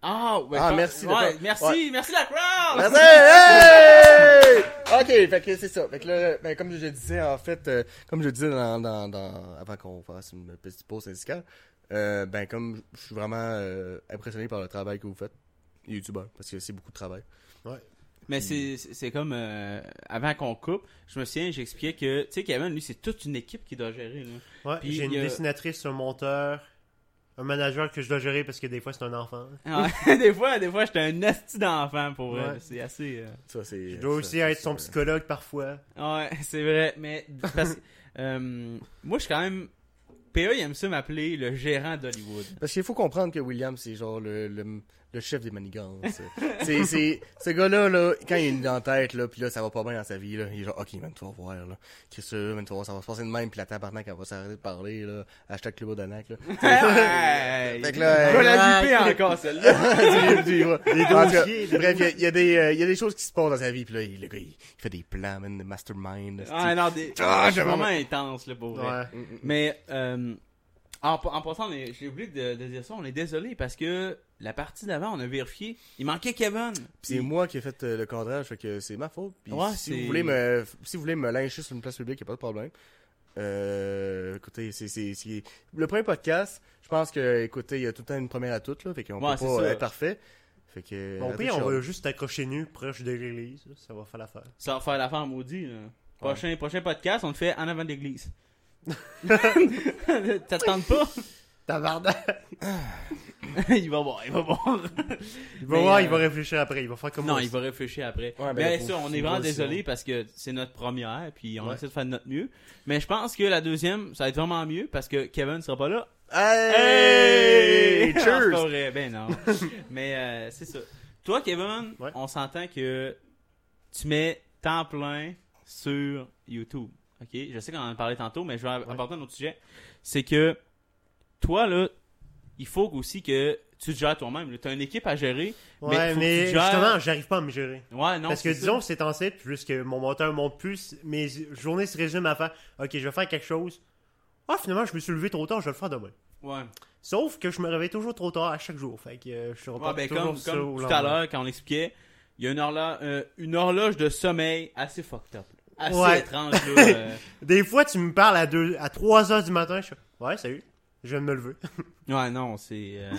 S1: Ah, ouais,
S2: Ah,
S1: je-
S2: merci,
S1: ouais,
S2: d'accord.
S1: merci,
S2: Ouais.
S1: merci la crowd!
S2: Merci! Hey! Ok, fait que c'est ça. Fait que là, ben, comme je disais, en fait, euh, comme je disais dans, dans, dans- avant qu'on fasse une petite pause syndicale, euh, ben, comme je suis vraiment euh, impressionné par le travail que vous faites, youtubeur, parce que c'est beaucoup de travail. Mm.
S1: Mais c'est- c'est c'est comme euh, avant qu'on coupe, je me souviens, j'expliquais que tu sais Kevin lui c'est toute une équipe qui doit gérer là.
S3: Ouais,
S1: Puis euh,
S3: j'ai une
S1: il y a-
S3: dessinatrice, un monteur, un manager que je dois gérer parce que des fois, c'est un enfant.
S1: Ah, des fois des fois j'étais un asti d'enfant pour elle,
S3: Ouais.
S1: c'est assez euh,
S2: Ça, c'est.
S3: Je dois
S2: ça, euh,
S3: aussi
S2: c'est
S3: être son
S2: sûr.
S3: psychologue parfois.
S1: Ouais, c'est vrai, mais parce que Euh, moi, je suis quand même. PA, il aime ça m'appeler le gérant d'Hollywood.
S2: Parce qu'il faut comprendre que William, c'est genre le, le, le chef des manigances. c'est, c'est, ce gars-là, là, quand il est dans la tête, là, puis là, ça va pas bien dans sa vie, là, il est genre, OK, man, tu vas voir, là. Qu'est-ce que tu vas voir, ça va se passer de même, puis la tabarnak, elle va s'arrêter de parler, là. Hashtag Club Danac, là.
S1: Hey!
S2: Fait que là,
S1: On va la
S2: hey,
S1: bipper encore, celle-là.
S2: Tu- tu vois. En tout cas,
S3: dossiers, des
S2: Bref, il y a- il y, a des, euh, il y a des choses qui se passent dans sa vie, puis là, il, le gars, il, il fait des plans, man, de mastermind. esti. Mm,
S1: Ah, non, des...
S2: Ah,
S1: c'est
S2: j'ai
S1: vraiment
S2: vraiment-
S1: intense, le beau.
S3: Ouais.
S1: Mais euh, en, pa- en passant, on est- j'ai oublié de, de dire ça, on est désolé parce que la partie d'avant, on a vérifié, il manquait Kevin.
S2: Puis c'est moi qui ai fait euh, le cadrage, fait que c'est ma faute. Puis
S1: Ouais,
S2: si
S1: c'est-
S2: vous voulez me, si vous voulez me lyncher sur une place publique, y a pas de problème. Euh, écoutez, c'est, c'est, c'est- le premier podcast, je pense que, écoutez, il y a tout le temps une première à toutes, là, fait qu'on
S1: Ouais,
S2: peut
S1: c'est
S2: pas
S1: ça.
S2: être parfait. Fait que.
S3: Bon, au
S2: ratez
S3: pire,
S2: le
S3: on
S2: show.
S3: va juste accrocher nu proche de l'église. là, Ça va faire l'affaire.
S1: Ça va faire l'affaire maudit. là. Prochain, prochain podcast, on le fait en avant de l'église. ça te tente pas?
S3: Tabarnak!
S1: il va voir, il va voir.
S3: Il va
S1: Mais,
S3: voir,
S1: euh,
S3: il va réfléchir après. Il va faire comme
S1: Non,
S3: moi.
S1: il va réfléchir après.
S2: Ouais, ben,
S1: mais
S2: le
S1: ça,
S2: pauvre,
S1: on est
S2: il
S1: vraiment
S2: va aussi,
S1: désolé
S2: ouais.
S1: parce que c'est notre première, puis on
S3: Ouais.
S1: essaie de faire de notre mieux. Mais je pense que la deuxième, ça va être vraiment mieux parce que Kevin sera pas là. Non,
S2: Hey!
S1: Ah, c'est pas
S2: Cheers!
S1: vrai, ben non. Mais euh, c'est ça. Toi, Kevin,
S3: Ouais.
S1: on s'entend que tu mets temps plein sur YouTube. Ok, je sais qu'on en a parlé tantôt, mais je vais apporter un autre sujet. C'est que toi là, il faut aussi que tu te gères toi-même. Tu as une équipe à gérer. mais
S3: Ouais,
S1: faut que
S3: mais
S1: tu gères-
S3: justement, j'arrive pas à me gérer.
S1: Ouais, non.
S3: Parce que
S1: c'est ça.
S3: disons, c'est en site, plus que mon moteur monte plus, mes journées se résument à faire Ok, je vais faire quelque chose. Ah, finalement, je me suis levé trop tard, je vais le faire demain.
S1: Ouais.
S3: Sauf que je me réveille toujours trop tard à chaque jour. Fait que euh, je
S1: Ouais,
S3: reporte
S1: ben,
S3: toujours
S1: comme,
S3: ça
S1: comme
S3: au
S1: tout à
S3: lendemain.
S1: l'heure, quand on expliquait, il y a une horloge, une horloge de sommeil assez fucked up. là. Assez
S3: Ouais.
S1: étrange, là. euh.
S3: Des fois, tu me parles à, deux, à 3 heures du matin, je suis Ouais, salut, je viens de me lever.
S1: Ouais, non, c'est euh,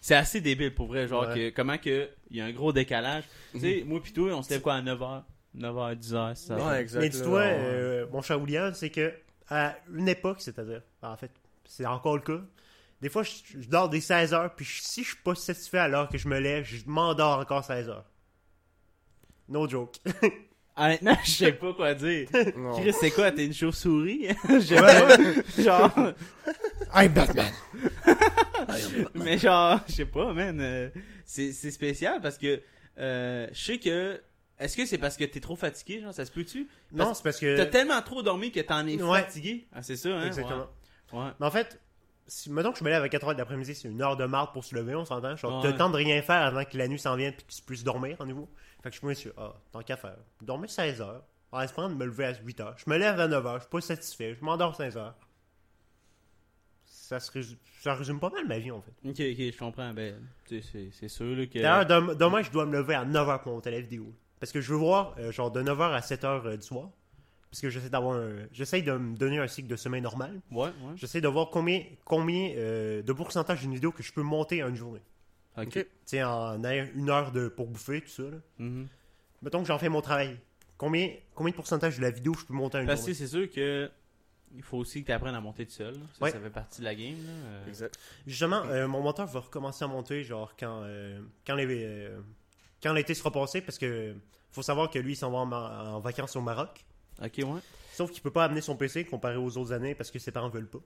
S1: c'est assez débile pour vrai. Genre,
S3: Ouais. Mhm.
S1: que, comment que il y a un gros décalage. Tu sais, moi pis toi, on se lève quoi à 9h 9h, 10h, ça.
S2: Ouais, exact.
S3: Mais
S2: là,
S3: dis-toi,
S2: ouais.
S3: euh, mon cher William, c'est que à une époque, c'est-à-dire, en fait, c'est encore le cas. Des fois, je, je dors des 16 heures, puis je- si je suis pas satisfait à l'heure que je me lève, je m'endors encore 16 heures. No joke.
S1: Honnêtement, je sais pas quoi dire.
S2: Non.
S1: Chris, c'est quoi T'es une chauve-souris Je sais pas. Genre,
S2: I'm Batman!
S1: mais genre, je sais pas, man. euh, c'est c'est spécial parce que euh, je sais que. Est-ce que c'est parce que t'es trop fatigué, genre, ça se peut-tu
S3: Non, c'est parce
S1: T'as
S3: que.
S1: tellement trop dormi que t'en es
S3: Euh. ouais.
S1: fatigué. Ah, c'est ça, hein?
S3: Exactement.
S1: Ouais. Ouais.
S3: Mais en fait, si, mettons que je me lève à 4 heures de l'après-midi, c'est une heure de marde pour se lever, on s'entend. Genre,
S1: Ouais.
S3: t'as le temps de rien faire avant que la nuit s'en vienne, puis que tu puisses dormir en nouveau. Fait que je me suis ah, tant qu'à faire. Dormir 16 heures, en espérant de me lever à 8 heures. Je me lève à 9 heures, je suis pas satisfait, je m'endors 16 heures. Ça, se résume, ça résume pas mal ma vie en fait.
S1: Ok, ok, je comprends. Ben, tu sais, c'est- c'est sûr, là, que.
S3: D'ailleurs, dem- demain, je dois me lever à 9h pour mon la vidéo. Parce que je veux voir, euh, genre, de 9h à 7h du soir. Parce que j'essaie d'avoir un- J'essaie de me donner un cycle de sommeil normal.
S1: Ouais, ouais.
S3: J'essaie de voir combien, combien euh, de pourcentage d'une vidéo que je peux monter en une journée.
S1: Ok.
S2: Ok.
S3: Tu sais, en ayant une heure de, pour bouffer, tout ça. Là.
S1: Mhm.
S3: Mettons que j'en fais mon travail. Combien, combien de pourcentage de la vidéo je peux monter en une
S1: Parce que
S3: journée?
S1: Ben, c'est sûr que il faut aussi que tu apprennes à monter tout seul. là. Ça,
S3: Ouais.
S1: ça fait partie de la game. Là. Euh,
S2: Exact.
S3: Justement, euh, mon monteur va recommencer à monter, genre, quand, euh, quand, les, euh, quand l'été sera passé. Parce que faut savoir que lui, il s'en va en, ma- en vacances au Maroc.
S1: Ok, ouais.
S3: Sauf qu'il peut pas amener son PC comparé aux autres années parce que ses parents veulent pas.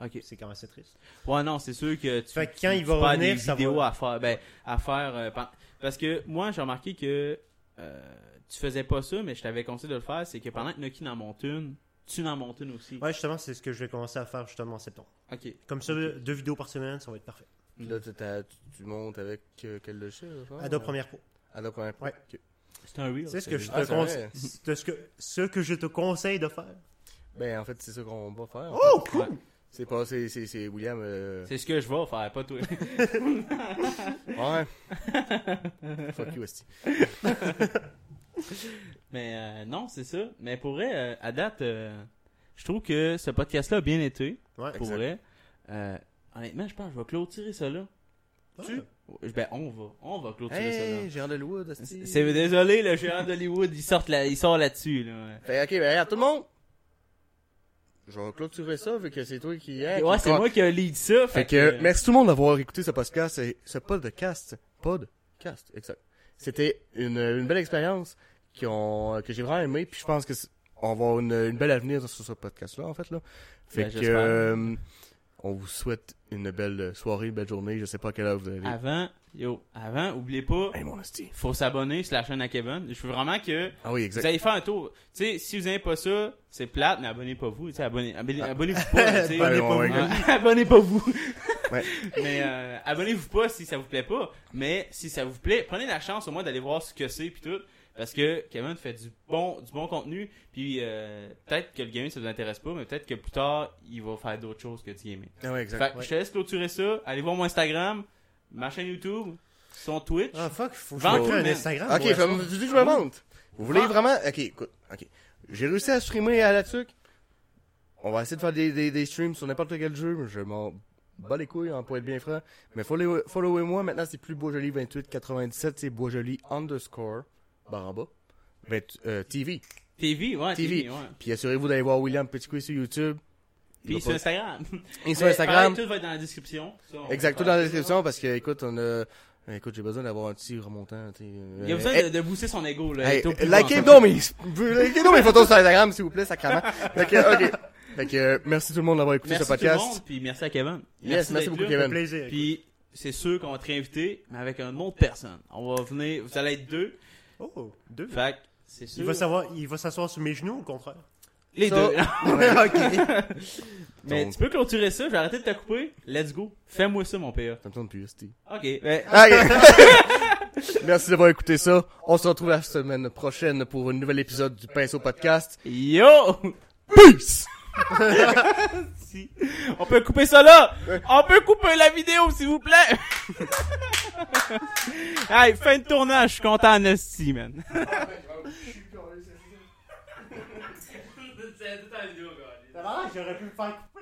S1: Ok.
S3: C'est quand même assez triste.
S1: Ouais, non, c'est sûr que tu,
S3: Fait que quand
S1: tu-
S3: il
S1: tu
S3: va
S1: perds
S3: revenir,
S1: des
S3: ça
S1: vidéos
S3: va-
S1: à faire. Ben, à faire euh, pen- Parce que moi, j'ai remarqué que euh, tu faisais pas ça, mais je t'avais conseillé de le faire. C'est que pendant que Noki en monte une, tu en montes une aussi.
S3: Ouais, justement, c'est ce que je vais commencer à faire justement en septembre.
S1: Ok.
S3: Comme ça, deux vidéos par semaine, ça va être parfait.
S2: Puis Là, t'as- t'as- tu, tu montes avec euh, quel logiciel? genre?
S3: Adobe Premiere Pro.
S2: Adobe Premiere Pro.
S3: Ouais.
S2: Ok.
S1: C'est un reel.
S3: C'est ce que je
S2: Ah,
S3: te
S2: c'est
S3: conseille.
S2: vrai?
S3: Ce que, ce que je te conseille de faire.
S2: Ben, en fait, c'est ça qu'on va faire.
S3: Oh,
S1: Ouais.
S2: C'est pas, c'est, c'est, c'est William. euh,
S1: C'est ce que je vais faire, pas toi.
S2: Ouais. Fuck you, Esti.
S1: Mais euh, non, c'est ça. Mais pour vrai, euh, à date, euh, je trouve que ce podcast-là a bien été.
S3: Ouais.
S1: Pour
S2: Exact.
S1: vrai. Euh, honnêtement, je pense que je vais clôturer ça là.
S3: Tu-
S1: Ben, on va. On va clôturer
S2: Hey,
S1: ça
S2: Gérard Delowood,
S1: là.
S2: Esti.
S1: C'est désolé, le géant d'Hollywood, il sort, là, il sort là-dessus. Là.
S2: Fait, ok, ben, regarde, tout le monde. Je vais clôturer ça, vu que c'est toi qui. hein,
S1: Ouais,
S2: qui-
S1: ouais, c'est moi qui ai lead ça.
S2: Fait que, merci tout le monde d'avoir écouté ce podcast. et- Ce podcast. Podcast, exact. C'était une, une belle expérience qui ont- que j'ai vraiment aimé, puis je pense que c'est- on va avoir une, une belle avenir sur ce podcast-là, en fait. Là. Fait
S1: Ben,
S2: que,
S1: j'espère.
S2: euh, on vous souhaite une belle soirée, une belle journée. Je sais pas à quelle heure vous allez.
S1: Avant, yo, avant, oubliez pas,
S2: Hey, mon hostie.
S1: faut s'abonner sur la chaîne à Kevin. Je veux vraiment que
S2: Ah oui,
S1: vous
S2: exact.
S1: allez faire un tour. Tu sais, si vous n'aimez pas ça, c'est plate, mais abonnez-vous vous. Tu sais, abonnez, abonnez,
S2: Ah.
S1: abonnez-vous pas. tu sais.
S2: Ouais,
S3: pas
S2: ouais,
S3: vous.
S1: Ah,
S2: ouais.
S1: abonnez pas vous.
S2: Ouais.
S1: Mais euh, abonnez-vous pas si ça vous plaît pas. Mais si ça vous plaît, prenez la chance au moins d'aller voir ce que c'est puis tout. Parce que Kevin fait du bon, du bon contenu. Puis euh, peut-être que le gaming ça vous intéresse pas, mais peut-être que plus tard il va faire d'autres choses que du gaming.
S2: Ah ouais, exact.
S1: Fait que je te laisse clôturer ça. Allez voir mon Instagram, ma chaîne YouTube, son Twitch.
S3: Ah, fuck, faut que je
S1: Vente,
S3: me crée un
S1: man.
S3: Instagram.
S2: Ok,
S3: moi,
S2: je me- tu dis que je me monte. Vous voulez
S1: Ah.
S2: vraiment. Ok, écoute. Ok. J'ai réussi à streamer à la tuque. On va essayer de faire des, des, des streams sur n'importe quel jeu. mais Je m'en bats les couilles, hein, pour être bien franc. Mais follow- followez-moi. Maintenant, c'est plus Boisjoli2897. C'est Boisjoli underscore barre en bas. vingt- euh, TV.
S1: TV, ouais,
S2: TV.
S1: TV, ouais.
S2: Puis assurez-vous d'aller voir William Petit Couille sur YouTube. Il
S1: Puis
S2: va
S1: sur
S2: pas-
S1: Instagram.
S2: Et sur
S1: Mais,
S2: Instagram.
S1: pareil, tout va être dans la description. Ça, on
S2: Exact,
S1: va
S2: tout
S1: faire.
S2: dans la description parce que, écoute, on a. Écoute, j'ai besoin d'avoir un petit remontant. tu sais,
S1: Il y a
S2: euh,
S1: besoin
S2: eh,
S1: de, de booster son ego là.
S2: Hey,
S1: Il est au plus
S2: likez
S1: grand.
S2: donc mes, likez donc mes photos sur Instagram, s'il vous plaît, sacrément. Fait que, ok. Fait que, euh, merci tout le monde d'avoir écouté
S1: Merci
S2: ce
S1: tout
S2: podcast.
S1: le monde, puis merci à Kevin.
S2: Yes,
S1: d'être
S2: merci beaucoup,
S1: là.
S2: Kevin.
S3: Un plaisir.
S1: Puis c'est sûr qu'on va te réinviter, mais avec un autre personne. On va venir, vous allez être deux.
S3: Oh, deux.
S1: Fait que c'est sûr.
S3: Il va savoir, il va s'asseoir sur mes genoux, au contraire.
S1: Les
S2: Ça.
S1: deux.
S2: ok.
S1: mais
S2: Donc-
S1: tu peux clôturer ça, je vais arrêter de te couper. Let's go. Fais-moi ça, mon PA.
S2: Ça me tourne plus, Steve.
S1: Ok. ben,
S2: Ok. merci d'avoir écouté ça. On se retrouve la semaine prochaine pour un nouvel épisode du Pinceau Podcast.
S1: yo!
S2: Peace!
S1: Si. On peut couper ça là! On peut couper la vidéo, s'il vous plaît! hey, fin de tournage, je suis content, Nasty, man.
S3: J'aurais pu le faire